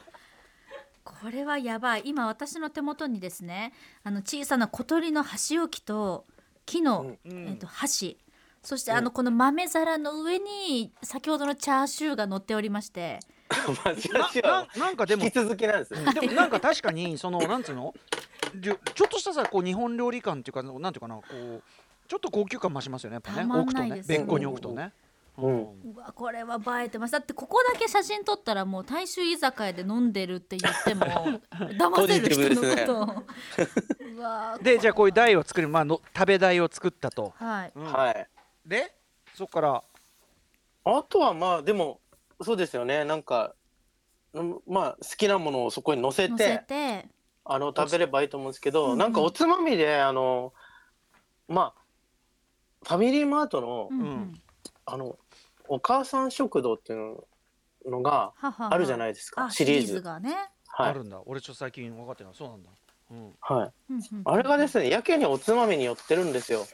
Speaker 2: これはやばい今私の手元にですねあの小さな小鳥の箸置きと木の、
Speaker 3: うん
Speaker 2: えっと箸そしてあのこの豆皿の上に先ほどのチャーシューが乗っておりまして
Speaker 4: まあ私
Speaker 3: な
Speaker 4: は
Speaker 3: ななんかで
Speaker 4: 引
Speaker 3: も
Speaker 4: き続きなんです。
Speaker 3: でもなんか確かにそのなんつうのりょちょっとしたさこう日本料理感っていうかなんていうかなこうちょっと高級感増しますよねやっぱ
Speaker 2: た
Speaker 3: ね
Speaker 2: まん
Speaker 3: 置くと
Speaker 2: ない
Speaker 3: ね
Speaker 2: です
Speaker 3: 別個に置くとね。
Speaker 4: うん
Speaker 2: うわこれは映えてますだってここだけ写真撮ったらもう大衆居酒屋で飲んでるって言って も騙せる人のことを、うわ
Speaker 3: でじゃあこういう台を作るまあの食べ台を作ったと。
Speaker 2: はい
Speaker 4: はい。
Speaker 3: でそこから
Speaker 4: あとはまあでもそうですよねなんかうんまあ好きなものをそこに乗せ
Speaker 2: 乗
Speaker 4: て
Speaker 2: せて
Speaker 4: あの食べればいいと思うんですけ
Speaker 2: うん
Speaker 4: ど、
Speaker 2: うん
Speaker 4: なんかおつまみであのまあファミリーマートの,、
Speaker 2: うんうん
Speaker 3: うん
Speaker 4: あのお母さん食堂っていうのが
Speaker 2: ははは
Speaker 4: あるじゃないですか、
Speaker 2: あ
Speaker 4: シリーズ
Speaker 2: がね、
Speaker 4: は
Speaker 3: あ
Speaker 4: い
Speaker 3: るんだ。俺ちょっと最近分かってない。そうなんだ。うん
Speaker 4: はい、
Speaker 2: うんうん
Speaker 4: あれがですねやけにおつまみに寄ってるんですよ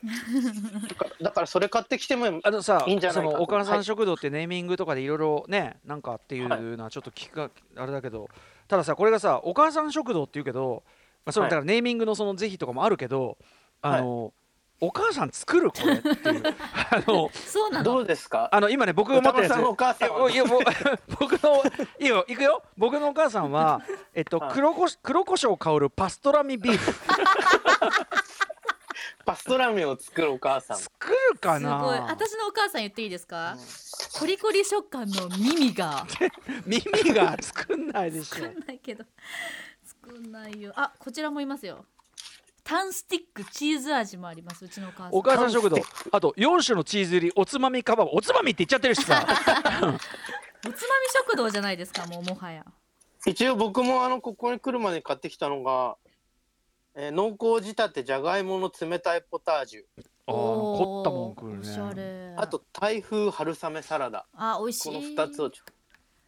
Speaker 4: だからだからそれ買ってきても
Speaker 3: あのさ
Speaker 4: いいんじゃない
Speaker 3: そ
Speaker 4: かと
Speaker 3: のお母さ
Speaker 4: は
Speaker 3: ん
Speaker 4: い
Speaker 3: 食堂ってネーミングとかでいろいろねなんかっていうのはちょっと聞くかあれだけどたださこれがさお母さん食堂っていうけど、まあ、その
Speaker 4: は
Speaker 3: だか
Speaker 4: い
Speaker 3: らネーミングのその是非とかもあるけどあの、お母さん作るこれっていう あの
Speaker 2: そうなの
Speaker 4: どうですか
Speaker 3: あの今ね僕が持って
Speaker 4: 歌
Speaker 3: る
Speaker 4: 丸
Speaker 3: やつ
Speaker 4: さんのお母
Speaker 3: い
Speaker 4: さん
Speaker 3: やおいやもう 僕のいいよ行くよ僕のお母さん はえっと
Speaker 4: はい
Speaker 3: 黒こし黒胡椒香るパストラミビーフ
Speaker 4: パストラミを作るお母さん
Speaker 3: 作るか
Speaker 2: すごい
Speaker 3: な
Speaker 2: 私のお母さん言っていいですか、コリコリ食感の耳が
Speaker 3: 耳が作んないでしょ
Speaker 2: 作んないけど 作んないよあこちらもいますよタンスティックチーズ味もありますうちのお母さん
Speaker 3: お母さん食堂あと4種のチーズ入りおつまみカバーおつまみって言っちゃってる しさ
Speaker 2: おつまみ食堂じゃないですかもうもはや
Speaker 4: 一応僕もあのここに来るまでに買ってきたのが、えー濃厚仕立てじゃがいもの冷たいポタージュ
Speaker 3: あー凝ったもん食う
Speaker 2: おしゃ
Speaker 3: ね
Speaker 2: れ
Speaker 4: あと台風春雨サラダ
Speaker 2: あ美味しい
Speaker 4: この2つをちょ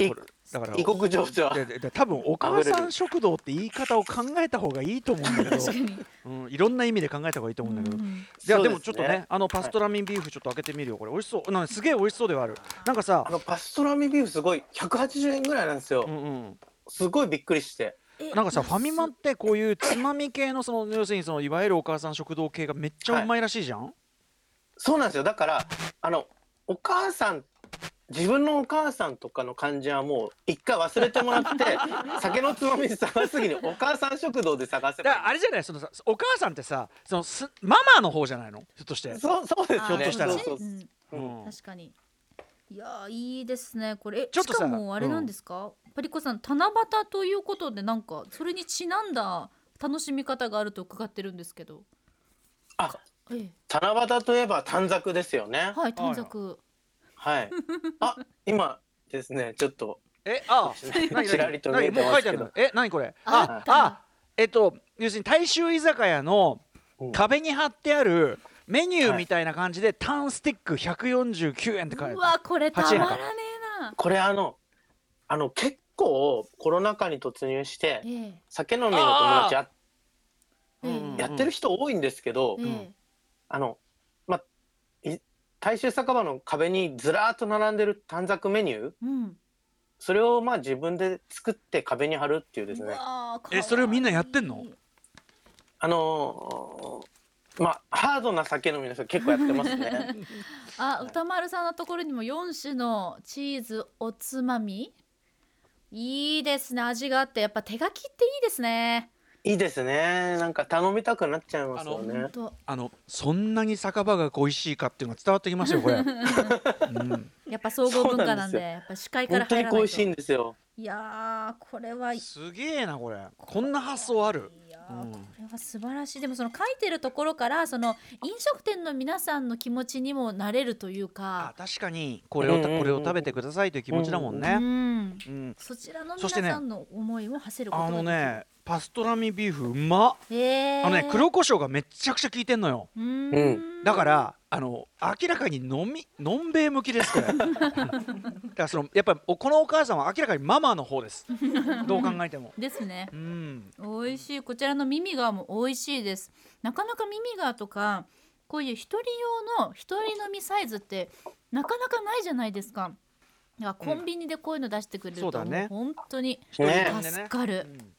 Speaker 4: い
Speaker 3: だから
Speaker 4: 異国情緒は
Speaker 3: ででで多分お母さん食堂って言い方を考えた方がいいと思うんだけ
Speaker 2: 確か、
Speaker 3: ど
Speaker 2: に
Speaker 3: うん、いろんな意味で考えた方がいいと思うんだけ
Speaker 2: う
Speaker 3: ど、
Speaker 2: ん
Speaker 3: いや
Speaker 4: そ
Speaker 3: で
Speaker 4: う
Speaker 3: す
Speaker 4: ね
Speaker 3: もちょっとねあのパストラミビーフちょっと開けてみるよこれ美味しそうなんかすげえ美味しそうではあるなんかさ
Speaker 4: あのパストラミビーフすごい180円ぐらいなんですよ、
Speaker 3: うんうん、
Speaker 4: すごいびっくりして
Speaker 2: え
Speaker 3: なんかさファミマってこういうつまみ系のその要するにそのいわゆるお母さん食堂系がめっちゃうまいらしいじゃん、
Speaker 4: そうなんですよだからあのお母さん自分のお母さんとかの感じはもう一回忘れてもらって 酒のつまみ探すぎにお母さん食堂で探せ
Speaker 3: だか
Speaker 4: ば
Speaker 3: らあれじゃないそのさお母さんってさそのすママの方じゃないのひょっとして
Speaker 4: いいそうそうです
Speaker 2: あ
Speaker 3: ひょ
Speaker 4: よ
Speaker 3: っと
Speaker 4: ね
Speaker 3: したら
Speaker 4: そ
Speaker 2: そうっち
Speaker 4: そう
Speaker 2: うん
Speaker 3: うん
Speaker 2: 確かにいやーいいですねこれえ
Speaker 3: ちょっと
Speaker 2: し
Speaker 3: さ
Speaker 2: かもあれなんですか、パリコさん七夕ということでなんかそれにちなんだ楽しみ方があると伺ってるんですけど
Speaker 4: あ
Speaker 2: え
Speaker 4: 七夕といえば短冊ですよ
Speaker 2: え
Speaker 4: ね
Speaker 2: はい短冊
Speaker 4: はいあ今ですねちょっと
Speaker 3: え ああ何
Speaker 4: ちらりと見
Speaker 3: 何
Speaker 4: えて
Speaker 3: もう
Speaker 4: ま
Speaker 3: 書い
Speaker 4: す
Speaker 3: てある
Speaker 4: けど
Speaker 3: のえ何これ
Speaker 2: あ
Speaker 3: ああえっと要するに大衆居酒屋の
Speaker 4: うん
Speaker 3: 壁に貼ってあるメニューみたいな感じで、タンスティック149円って
Speaker 2: う
Speaker 3: 書いてある
Speaker 2: わこれたま
Speaker 3: 八円から
Speaker 2: らねえな
Speaker 4: これあのあの結構コロナ禍に突入して
Speaker 2: ええ
Speaker 4: 酒飲みの友達や
Speaker 2: ええ
Speaker 3: うん
Speaker 4: やってる人多いんですけど、
Speaker 2: ええ
Speaker 4: あのまい大衆酒場の壁にずらーっと並んでる短冊メニュー
Speaker 2: うん
Speaker 4: それをまあ自分で作って壁に貼るっていうです
Speaker 2: う
Speaker 4: ね
Speaker 2: わー
Speaker 3: えそれをみんなやってんの
Speaker 2: かわいい
Speaker 4: あのーまあハードな酒飲みの人結構やってま すね
Speaker 2: あ歌丸さんのところにも4種のチーズおつまみいいですね味があってやっぱ手書きっていいですね
Speaker 4: いいですねなんか頼みたくなっちゃいますよ
Speaker 2: 本
Speaker 4: ね
Speaker 2: 当
Speaker 3: あのそんなに酒場が恋しいかっていうのが伝わってきますよこれ、うん、
Speaker 2: やっぱ総合文化なんで
Speaker 4: そうなんですよ
Speaker 2: やっぱ司会か
Speaker 4: 本
Speaker 2: ら
Speaker 4: 当
Speaker 2: 入
Speaker 4: に
Speaker 2: らない
Speaker 4: 恋しい
Speaker 2: と
Speaker 4: んですよ
Speaker 2: いやーこれはい
Speaker 3: すげえなこれこんな発想ある
Speaker 2: いやー
Speaker 3: うん
Speaker 2: これは素晴らしいでもその書いてるところからその飲食店の皆さんの気持ちにもなれるという
Speaker 3: あ
Speaker 2: か
Speaker 3: 確かにこれをた
Speaker 4: うんうんうん
Speaker 3: これを食べてくださいという気持ちだもん
Speaker 2: う
Speaker 3: ね、
Speaker 2: ん
Speaker 3: うん、
Speaker 2: そちらの皆
Speaker 3: そしてね
Speaker 2: さんの思いも馳せることが
Speaker 3: あ
Speaker 2: でき
Speaker 3: の
Speaker 2: る
Speaker 3: ねパストラミビーフうまっ
Speaker 2: へー
Speaker 3: あのね黒胡椒がめっちゃくちゃ効いてんのよ
Speaker 2: うーん
Speaker 4: うん
Speaker 3: だからあの明らかにのみのんべえ向きですこれだからそのやっぱりおこのお母さんは明らかにママの方ですどう考えても
Speaker 2: ですね
Speaker 3: うん
Speaker 2: 美味しいこちらの耳がも美味しいですなかなか耳がとかこういう一人用の一人飲みサイズってなかなかないじゃないですかだからコンビニでこういうの出してくれる
Speaker 3: そ
Speaker 2: と
Speaker 3: うだ
Speaker 2: も
Speaker 3: ね
Speaker 2: う本当に
Speaker 3: 一人
Speaker 4: ね
Speaker 3: 分で
Speaker 2: 助かる、
Speaker 3: うん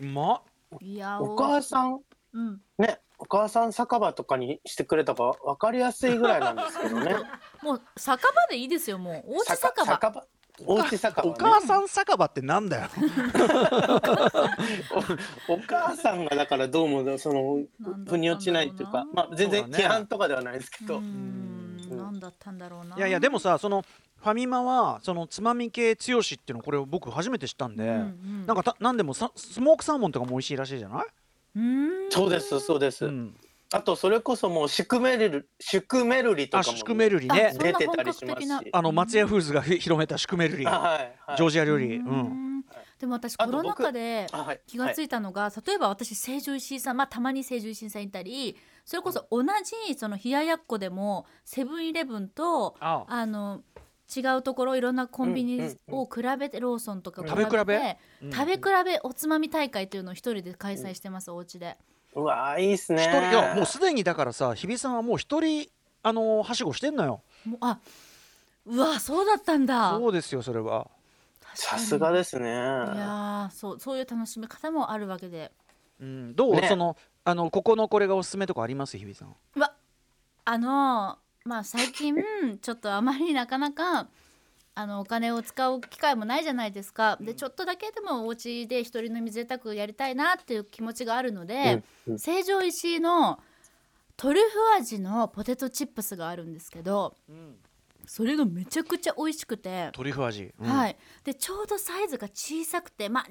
Speaker 3: うまっ
Speaker 2: いや
Speaker 4: お母さん
Speaker 2: うん
Speaker 4: ねお母さん酒場とかにしてくれたか分かりやすいぐらいなんですけどね
Speaker 2: もう酒場でいいですよもう おうち
Speaker 4: さ
Speaker 2: 酒場
Speaker 4: 酒場おうち酒場、
Speaker 3: お
Speaker 4: ね、
Speaker 3: 母さん酒場ってなんだよ
Speaker 4: お母さんがだからどうもその
Speaker 2: なんだ
Speaker 4: 腑に落ちないっていう
Speaker 2: な
Speaker 4: か
Speaker 2: んだ
Speaker 4: ま
Speaker 2: ろ
Speaker 4: あ全然
Speaker 3: そうだね
Speaker 4: 批判とかではないですけど、
Speaker 2: うーんなんだったんだろうない
Speaker 3: いやいやでもさそのファミマはそのつまみ系強しっていうのこれを僕初めて知ったんで、
Speaker 2: うんうん
Speaker 3: なんかたなんでもさスモークサーモンとかも美味しいらしいじゃない、
Speaker 2: うーん
Speaker 4: そうですそうです、
Speaker 3: うん、
Speaker 4: あとそれこそもうシュクメルルシュクメルリと
Speaker 3: あ
Speaker 4: かも
Speaker 3: シュクメルリ
Speaker 2: あ
Speaker 3: ね
Speaker 2: そ
Speaker 4: 出てたりし
Speaker 2: そんな本格
Speaker 4: ます
Speaker 2: 的
Speaker 4: し
Speaker 2: な
Speaker 3: あの松屋フーズがひ広めたシュクメルリ、
Speaker 4: あはい、はい、
Speaker 3: ジョージア料
Speaker 2: う
Speaker 3: 理、
Speaker 2: ー
Speaker 3: うん、
Speaker 2: んでも私コ
Speaker 4: あと
Speaker 2: ロ
Speaker 4: 僕
Speaker 2: ナ禍で
Speaker 4: あはい
Speaker 2: 気がつ
Speaker 4: はい
Speaker 2: たのが、例えば私成城石井さん、まあ、たまに成城石井さんいたりそれこそ同じその冷ややっこでもセブンイレブンと
Speaker 3: あ
Speaker 2: あの違うところいろんなコンビ
Speaker 4: うんうん
Speaker 2: ニ
Speaker 4: うん
Speaker 2: を比べて、ローソンとかを
Speaker 3: 食べ比べ
Speaker 2: て
Speaker 3: うん
Speaker 2: 食べ比べおつまみ大会というのを一人で開催してます、お家で
Speaker 4: うわーいいっすね
Speaker 3: 一人いやもうすでにだからさ日比さんはもう一人あのーはしごしてんのよ
Speaker 2: もうあうわそうだったんだ
Speaker 3: そうですよそれは
Speaker 4: さすがですね
Speaker 2: いやーそうそういう楽しみ方もあるわけで
Speaker 3: うんどう、
Speaker 4: ね
Speaker 3: そのあのここのこれがおすすめとかあります日比さん
Speaker 2: うわあのまあ最近ちょっとあまりなかなかあのお金を使う機会もないじゃないですか、でちょっとだけでもお家で一人飲み贅沢やりたいなっていう気持ちがあるので、
Speaker 4: うんうん
Speaker 2: 成城石井のトリュフ味のポテトチップスがあるんですけど、それがめちゃくちゃ美味しくて。
Speaker 3: トリュフ味、うん
Speaker 2: はい、でちょうどサイズが小さくて、まあ、200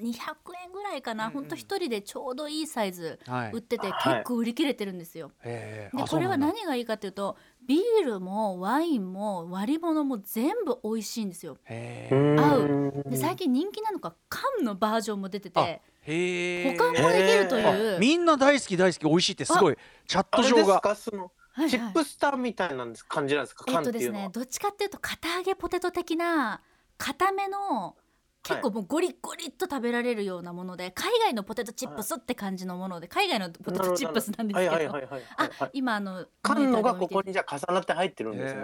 Speaker 2: 円ぐらいかな、ほんと一人でちょうどいいサイズ
Speaker 3: はい
Speaker 2: 売ってて、
Speaker 4: はい
Speaker 2: 結構売り切れてるんですよ。
Speaker 3: ええ
Speaker 2: で
Speaker 3: あ
Speaker 2: これは
Speaker 3: そうなんだ
Speaker 2: 何がいいかというとビールもワインも割り物も全部美味しいんですよ。
Speaker 3: へ
Speaker 4: う
Speaker 3: え
Speaker 4: ん
Speaker 2: 合で最近人気なのか缶のバージョンも出てて
Speaker 3: へ
Speaker 2: 保
Speaker 3: え
Speaker 2: 管もできるとい
Speaker 3: あ
Speaker 2: う、
Speaker 3: みんな大好き大好き美味しいってすごいチャッ
Speaker 4: あ
Speaker 3: ト
Speaker 4: れ
Speaker 3: 上
Speaker 4: です
Speaker 3: が
Speaker 4: かその
Speaker 2: はいはい
Speaker 4: チップスターみたいなんです感じなんですか
Speaker 2: えっ
Speaker 4: 缶
Speaker 2: と
Speaker 4: って
Speaker 2: で
Speaker 4: い
Speaker 2: す
Speaker 4: うのは
Speaker 2: ねどっちかっていうと堅揚げポテト的な固めの結構もうゴリゴリっと食べられるようなもので海外のポテトチップスって感じのもので海外のポテトチップスなんですけど、
Speaker 4: はいはいはいはいはいは
Speaker 2: あ
Speaker 4: い
Speaker 2: 今あの
Speaker 4: 缶のが
Speaker 2: モニターで
Speaker 4: こ
Speaker 2: も
Speaker 4: こ
Speaker 2: 見て
Speaker 4: にじゃあ重なって入ってるん
Speaker 3: へ
Speaker 4: ですね、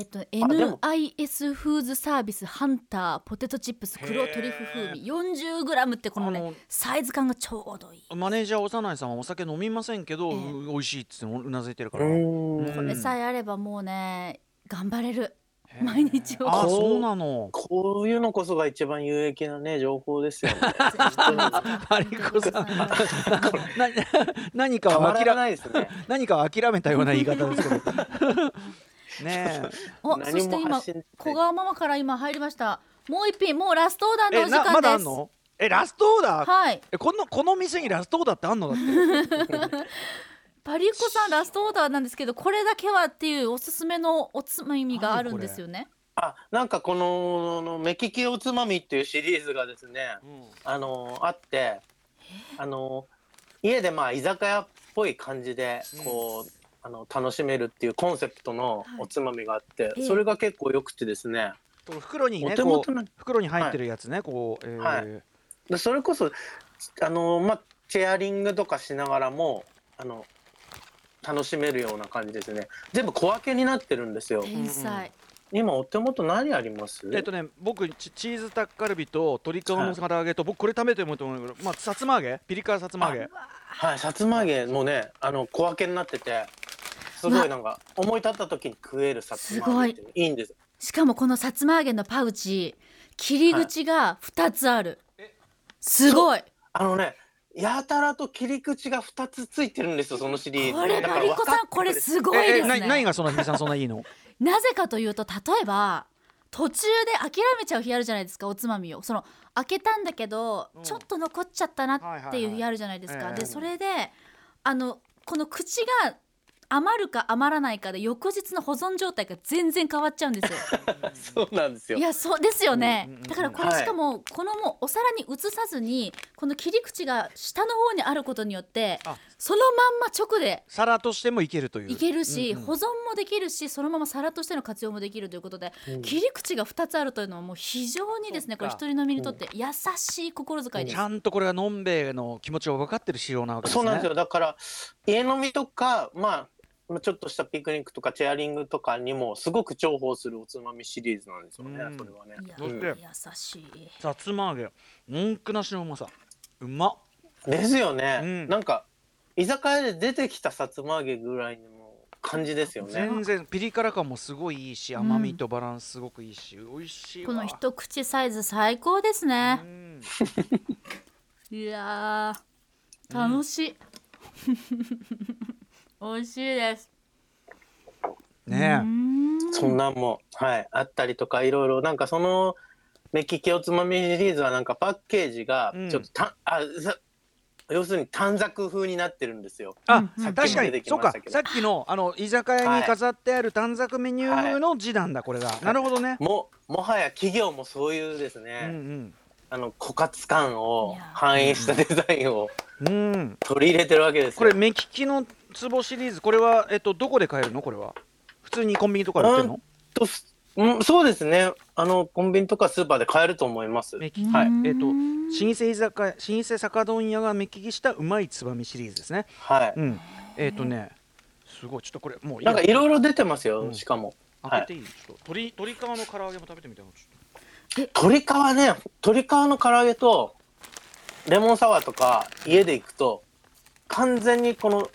Speaker 2: えっと、
Speaker 4: でも
Speaker 2: NIS フーズサービスハンターポテトチップス黒トリュフ風味 40g ってこの
Speaker 3: あ
Speaker 2: ね
Speaker 3: の
Speaker 2: サイズ感がちょうどいい、
Speaker 3: マネージャー幼いさんはお酒飲みませんけ
Speaker 2: え
Speaker 3: ど、
Speaker 2: え
Speaker 3: う美味しいっつってうなずいてるか
Speaker 4: う
Speaker 3: ら、
Speaker 4: ーん
Speaker 3: うん
Speaker 2: これさえあればもうね頑張れる
Speaker 3: へ
Speaker 2: 毎日を
Speaker 3: あーそうなの
Speaker 4: こういうのこそが一番有益なね情報で すよね。
Speaker 3: マリコさん
Speaker 2: 本当ですね
Speaker 3: なな何か
Speaker 4: た
Speaker 3: を
Speaker 4: ま
Speaker 3: 諦
Speaker 4: らないですね。
Speaker 3: 何かを諦めたような言い方 ですけどねえ
Speaker 2: おそ
Speaker 4: 何
Speaker 2: して
Speaker 4: も
Speaker 2: 今
Speaker 4: 発信
Speaker 2: 小川ママから今入りましたもう一品もうラストオーダーのお時
Speaker 3: えなまだあ
Speaker 2: 間
Speaker 3: ん
Speaker 2: です、
Speaker 3: のえラストオーダー
Speaker 2: はい
Speaker 3: えこのこの店にラストオーダーってあんのだって
Speaker 2: パリッコさんラストオーダーなんですけどこれだけはっていうおすすめのおつまみがあるんですよね
Speaker 4: あなんかこのあの目利きおつまみっていうシリーズがですね、あのあって、あの家でまあ居酒屋っぽい感じでこう、あの楽しめるっていうコンセプトのおつまみがあって、
Speaker 2: ええ
Speaker 4: それが結構良くてですね。
Speaker 3: この袋に
Speaker 4: お
Speaker 3: ね
Speaker 4: 手
Speaker 3: こ
Speaker 4: 元
Speaker 3: う
Speaker 4: の
Speaker 3: 袋に入ってるやつね、こう、えー
Speaker 4: はいでそれこそあのまあチェアリングとかしながらもあの楽しめるような感じですね。全部小分けになってるんですよ。
Speaker 2: 天才、
Speaker 4: 今お手元何あります？
Speaker 3: えっとね僕チチーズタッカルビと鶏皮の唐揚げと、僕これ食べてもいいと思うんだけどまあさつま揚げピリ辛さつま揚げ
Speaker 4: はい、さつま揚げもね、あの小分けになってて。すごいなんか、思い立った時に食えるさつま揚げっていいんです。
Speaker 2: しかもこのさつま揚げのパウチ切り口が2つある、すごい
Speaker 4: あのね、やたらと切り口が二つついてるんですよ、そのシリーズ。
Speaker 2: これ
Speaker 4: だ
Speaker 2: パ
Speaker 4: から
Speaker 2: リッコ
Speaker 4: 分
Speaker 2: さ
Speaker 4: か
Speaker 2: ん
Speaker 4: っ
Speaker 2: これすごい
Speaker 3: え
Speaker 2: で
Speaker 3: え
Speaker 2: す
Speaker 3: な
Speaker 2: ね
Speaker 3: 何がそんな日比さんそんないい の
Speaker 2: なぜかというと例えば途中で諦めちゃう日あるじゃないですかおつまみをその開けたんだけど、
Speaker 3: うん
Speaker 2: ちょっと残っちゃったなっていう
Speaker 3: はいはい
Speaker 2: 日
Speaker 3: は
Speaker 2: あるじゃないですか、
Speaker 3: ええ
Speaker 2: でそれであのこの口が余るか余らないかで翌日の保存状態が全然変わっちゃうんですよ
Speaker 4: そうなんですよ
Speaker 2: い。やそうですよね、
Speaker 3: うんうんうん
Speaker 2: だからこれ
Speaker 4: はい
Speaker 2: しかも、このもうお皿に移さずにこの切り口が下の方にあることによって
Speaker 3: あ
Speaker 2: そのまんま直で
Speaker 3: 皿としてもいけるという
Speaker 2: いけるし、
Speaker 3: うんうん
Speaker 2: 保存もできるしそのまま皿としての活用もできるということで、切り口が2つあるというのはもう非常にですね
Speaker 3: そっ
Speaker 2: こ
Speaker 3: か
Speaker 2: れ一人飲みにとって優しい心遣いで
Speaker 3: ち
Speaker 2: す。
Speaker 3: ゃんとこれがのんべえの気持ちを分かってる仕様なわけですね
Speaker 4: そうなんですよ。だから、家飲みとか、まあ、ちょっとしたピクニックとかチェアリングとかにもすごく重宝するおつまみシリーズなんですよね、
Speaker 3: うん
Speaker 4: それはね。
Speaker 2: いや
Speaker 3: どうして
Speaker 2: 優しい
Speaker 3: さつま揚げ文句なしのうまさうまっ
Speaker 4: ですよね、
Speaker 3: うん
Speaker 4: なんか居酒屋で出てきたさつま揚げぐらいの感じですよね。
Speaker 3: 全然ピリ辛感もすごいいいし
Speaker 2: ん
Speaker 3: 甘みとバランスすごくいいし、美味しいわ
Speaker 2: この一口サイズ最高です
Speaker 3: う
Speaker 2: ね、
Speaker 3: ん
Speaker 2: いやー楽しい、 美味しいです
Speaker 3: ねえ
Speaker 4: そんなんも、はい、あったりとかいろいろなんかその目利きおつまみシリーズはなんかパッケージが
Speaker 3: うん
Speaker 4: ちょっとた、あさ要するに短冊風になってるんですよ。
Speaker 3: あ、
Speaker 2: うんうん
Speaker 3: 確か
Speaker 4: さっきも出
Speaker 3: に
Speaker 4: てき
Speaker 3: そう
Speaker 4: まし
Speaker 3: か
Speaker 4: たけど
Speaker 3: さっきのあの居酒屋に飾ってある短冊メニューの字なんだこれが、なるほどね、
Speaker 4: ももはや企業もそういうですね、
Speaker 3: うん
Speaker 4: あの枯渇感を
Speaker 2: いや
Speaker 4: 反映したデザインを
Speaker 3: うんうん
Speaker 4: 取り入れてるわけですよ。
Speaker 3: これ目利きの壺シリーズこれはえっとどこで買えるのこれは普通にコンビニとかで売ってるの
Speaker 4: とすうん、そうですね。あのコンビニとかスーパーで買えると思います。
Speaker 3: 目利き
Speaker 4: はい
Speaker 3: えっと老舗居酒屋老舗酒問屋が目利きしたうまいつばみシリーズですね
Speaker 4: はい。
Speaker 3: うんえっとねすごいちょっとこれもういい
Speaker 4: なんかいろいろ出てますよ、
Speaker 3: うん
Speaker 4: しかも。
Speaker 3: 開けていい、ちょっと鶏鶏皮の唐揚げも食べてみたいなちょっ
Speaker 4: 鶏皮ね、鶏皮の唐揚げと、レモンサワーとか家で行くと、完全にこの、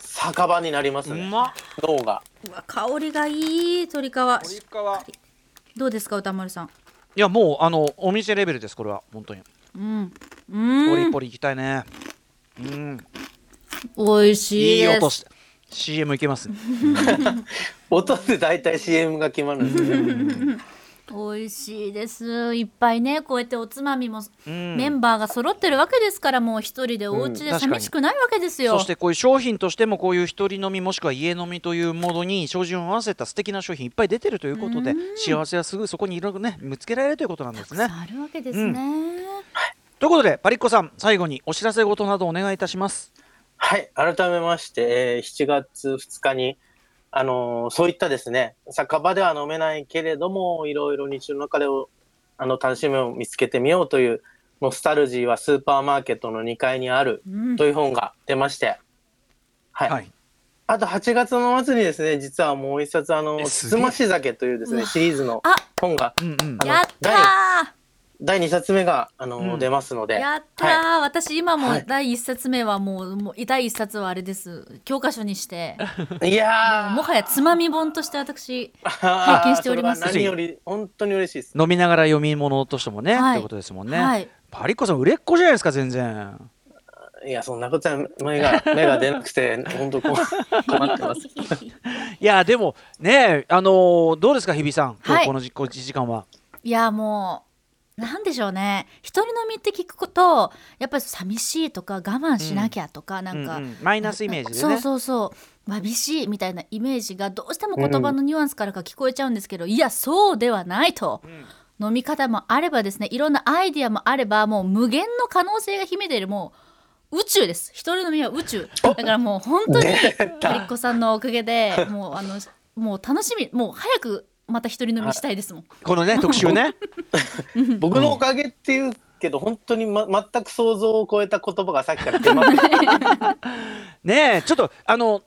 Speaker 4: 酒場になります
Speaker 3: とう
Speaker 4: ね。
Speaker 3: まっ
Speaker 4: 脳が。
Speaker 2: うわ香りがいい鶏皮
Speaker 3: 鶏皮
Speaker 2: どうですか歌丸さん
Speaker 3: いやもうあのお店レベルですこれは本当に
Speaker 2: うんう
Speaker 3: ポリ
Speaker 2: ん
Speaker 3: ポリいきたいねうん
Speaker 2: 美味しい
Speaker 3: いい
Speaker 2: です
Speaker 3: 音して CM い けますね
Speaker 4: 音で大体 CM が決まるんですよね。
Speaker 2: 美味しいですいっぱいねこうやっておつまみも
Speaker 3: うん
Speaker 2: メンバーが揃ってるわけですから、もう一人でお家
Speaker 3: うん確
Speaker 2: で
Speaker 3: かに
Speaker 2: 寂しくないわけですよ、
Speaker 3: そしてこういう商品としてもこういう一人飲みもしくは家飲みというモードに照準を合わせた素敵な商品いっぱい出てるということで幸せはすぐそこにいろいろね見つけられるということなんですね。
Speaker 2: あるわけですね、
Speaker 3: ということでパリッコさん最後にお知らせ事などお願いいたします。
Speaker 4: はい、改めまして、えー7月2日に、あのーそういったですね、酒場では飲めないけれども、いろいろ日常の中でを、あの、楽しみを見つけてみようという、ノスタルジーはスーパーマーケットの2階にある
Speaker 2: うん
Speaker 4: という本が出まして、はい。
Speaker 3: はい。
Speaker 4: あと8月の末にですね、実はもう一冊、あの、
Speaker 3: え
Speaker 4: つ
Speaker 3: すげえ
Speaker 4: つまし酒というです
Speaker 2: う
Speaker 4: ね、
Speaker 2: わ
Speaker 4: シリーズの
Speaker 2: あ
Speaker 4: 本が、
Speaker 3: うんうん
Speaker 4: あ。の
Speaker 2: やったー
Speaker 4: 第2冊目が、あの
Speaker 3: うん
Speaker 4: 出ますので、
Speaker 2: やったー、
Speaker 4: は
Speaker 2: 私今も
Speaker 4: はい
Speaker 2: 第一冊目はもうもう第一冊はあれです教科書にして
Speaker 4: い、いやー
Speaker 2: もはやつまみ本として私
Speaker 4: 拝
Speaker 2: 拝見しております
Speaker 4: 何より本当に嬉しいです。
Speaker 3: 飲みながら読み物としてもね、
Speaker 2: はい
Speaker 3: ということですもんね、
Speaker 2: はい
Speaker 3: パリッコさん売れっ子じゃないですか全然
Speaker 4: いやそんなことは目が目が出なくて本当困困ってます。
Speaker 3: いやでもねあのーどうですか日比さん今
Speaker 2: は
Speaker 3: 日
Speaker 2: い
Speaker 3: この実行時間は、
Speaker 2: いやもうなんでしょうね一人飲みって聞くとやっぱり寂しいとか我慢しなきゃとか、なんか、
Speaker 3: ううマイナスイメージで
Speaker 2: そう
Speaker 3: ね
Speaker 2: そうそうわびしいみたいなイメージがどうしても言葉のニュアンスからか聞こえちゃうんですけど、いやそうではないと、飲み方もあればですねいろんなアイディアもあればもう無限の可能性が秘めているもう宇宙です一人飲みは宇宙だからもう本 当にパリッコさんのおかげでもうあのもう楽しみもう早くまた一人飲みしたいですもん。
Speaker 3: このね特集ね
Speaker 4: 僕のおかげっていうけど本当に、ま、全く想像を超えた言葉がさっきから出まくって
Speaker 3: ねえちょっとあの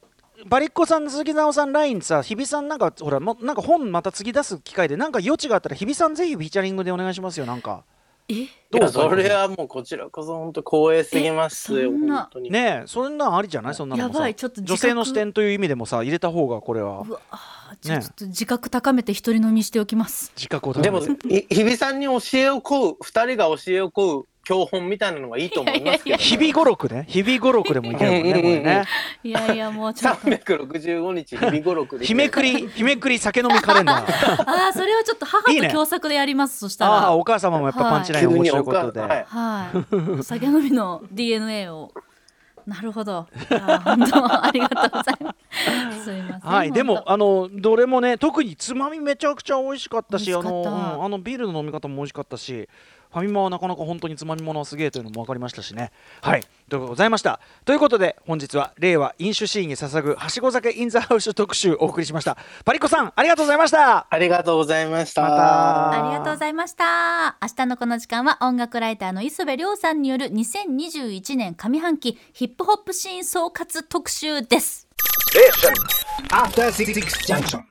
Speaker 3: バリッコさん鈴木直さんラインさ日比さんなんかほらもなんか本また次出す機会でなんか余地があったら日比さんぜひフィーチャリングでお願いしますよなんか
Speaker 4: い
Speaker 3: どう
Speaker 4: やそれはもうこちらこそ本当光栄すぎますよ
Speaker 2: えそんな
Speaker 4: 本当に。
Speaker 3: ねえそんなんありじゃないそんなのもさ
Speaker 2: やばいちょっと自
Speaker 3: 女
Speaker 2: 覚
Speaker 3: 性の視点という意味でもさ入れた方がこれは
Speaker 2: うわあじゃあ
Speaker 3: ね
Speaker 2: ちょっと自覚高めて一人飲みしておきます。
Speaker 3: 自覚を高め
Speaker 4: で
Speaker 3: て
Speaker 4: もい日比さんに教えを請う二人が教えを請う教本みたいなのがいいと思いますけど
Speaker 3: 日々語録ね日々語録でもいけるもんねこれね
Speaker 2: いやいやもうちょっと
Speaker 4: 365日日々語録で
Speaker 3: 日めくり日めくり酒飲みカレンダー
Speaker 2: ああそれはちょっと母
Speaker 3: いい
Speaker 2: と
Speaker 3: ね
Speaker 2: 共作でやりますそしたら
Speaker 3: ああお母様もやっぱパンチライン面白いことで、
Speaker 4: 急にお母はい
Speaker 2: はい。お酒飲みの DNA を。なるほど。いや本当ありがとうございます。すいません。
Speaker 3: はい、でも
Speaker 2: 本当。
Speaker 3: あのどれもね特につまみめちゃくちゃ美味しかったし
Speaker 2: 美味しかった
Speaker 3: あの、うんあのビールの飲み方も美味しかったしファミマはなかなか本当につまみものはすげえというのも分かりましたしね。はいということでございましたということで本日は令和飲酒シーンに捧ぐはしご酒インザハウス特集をお送りしましたパリッコさんありがとうございました
Speaker 4: ありがとうございました。
Speaker 3: また
Speaker 2: ありがとうございました。明日のこの時間は音楽ライターの磯部亮さんによる2021年上半期ヒップホップシーン総括特集です。
Speaker 5: After Six Junction.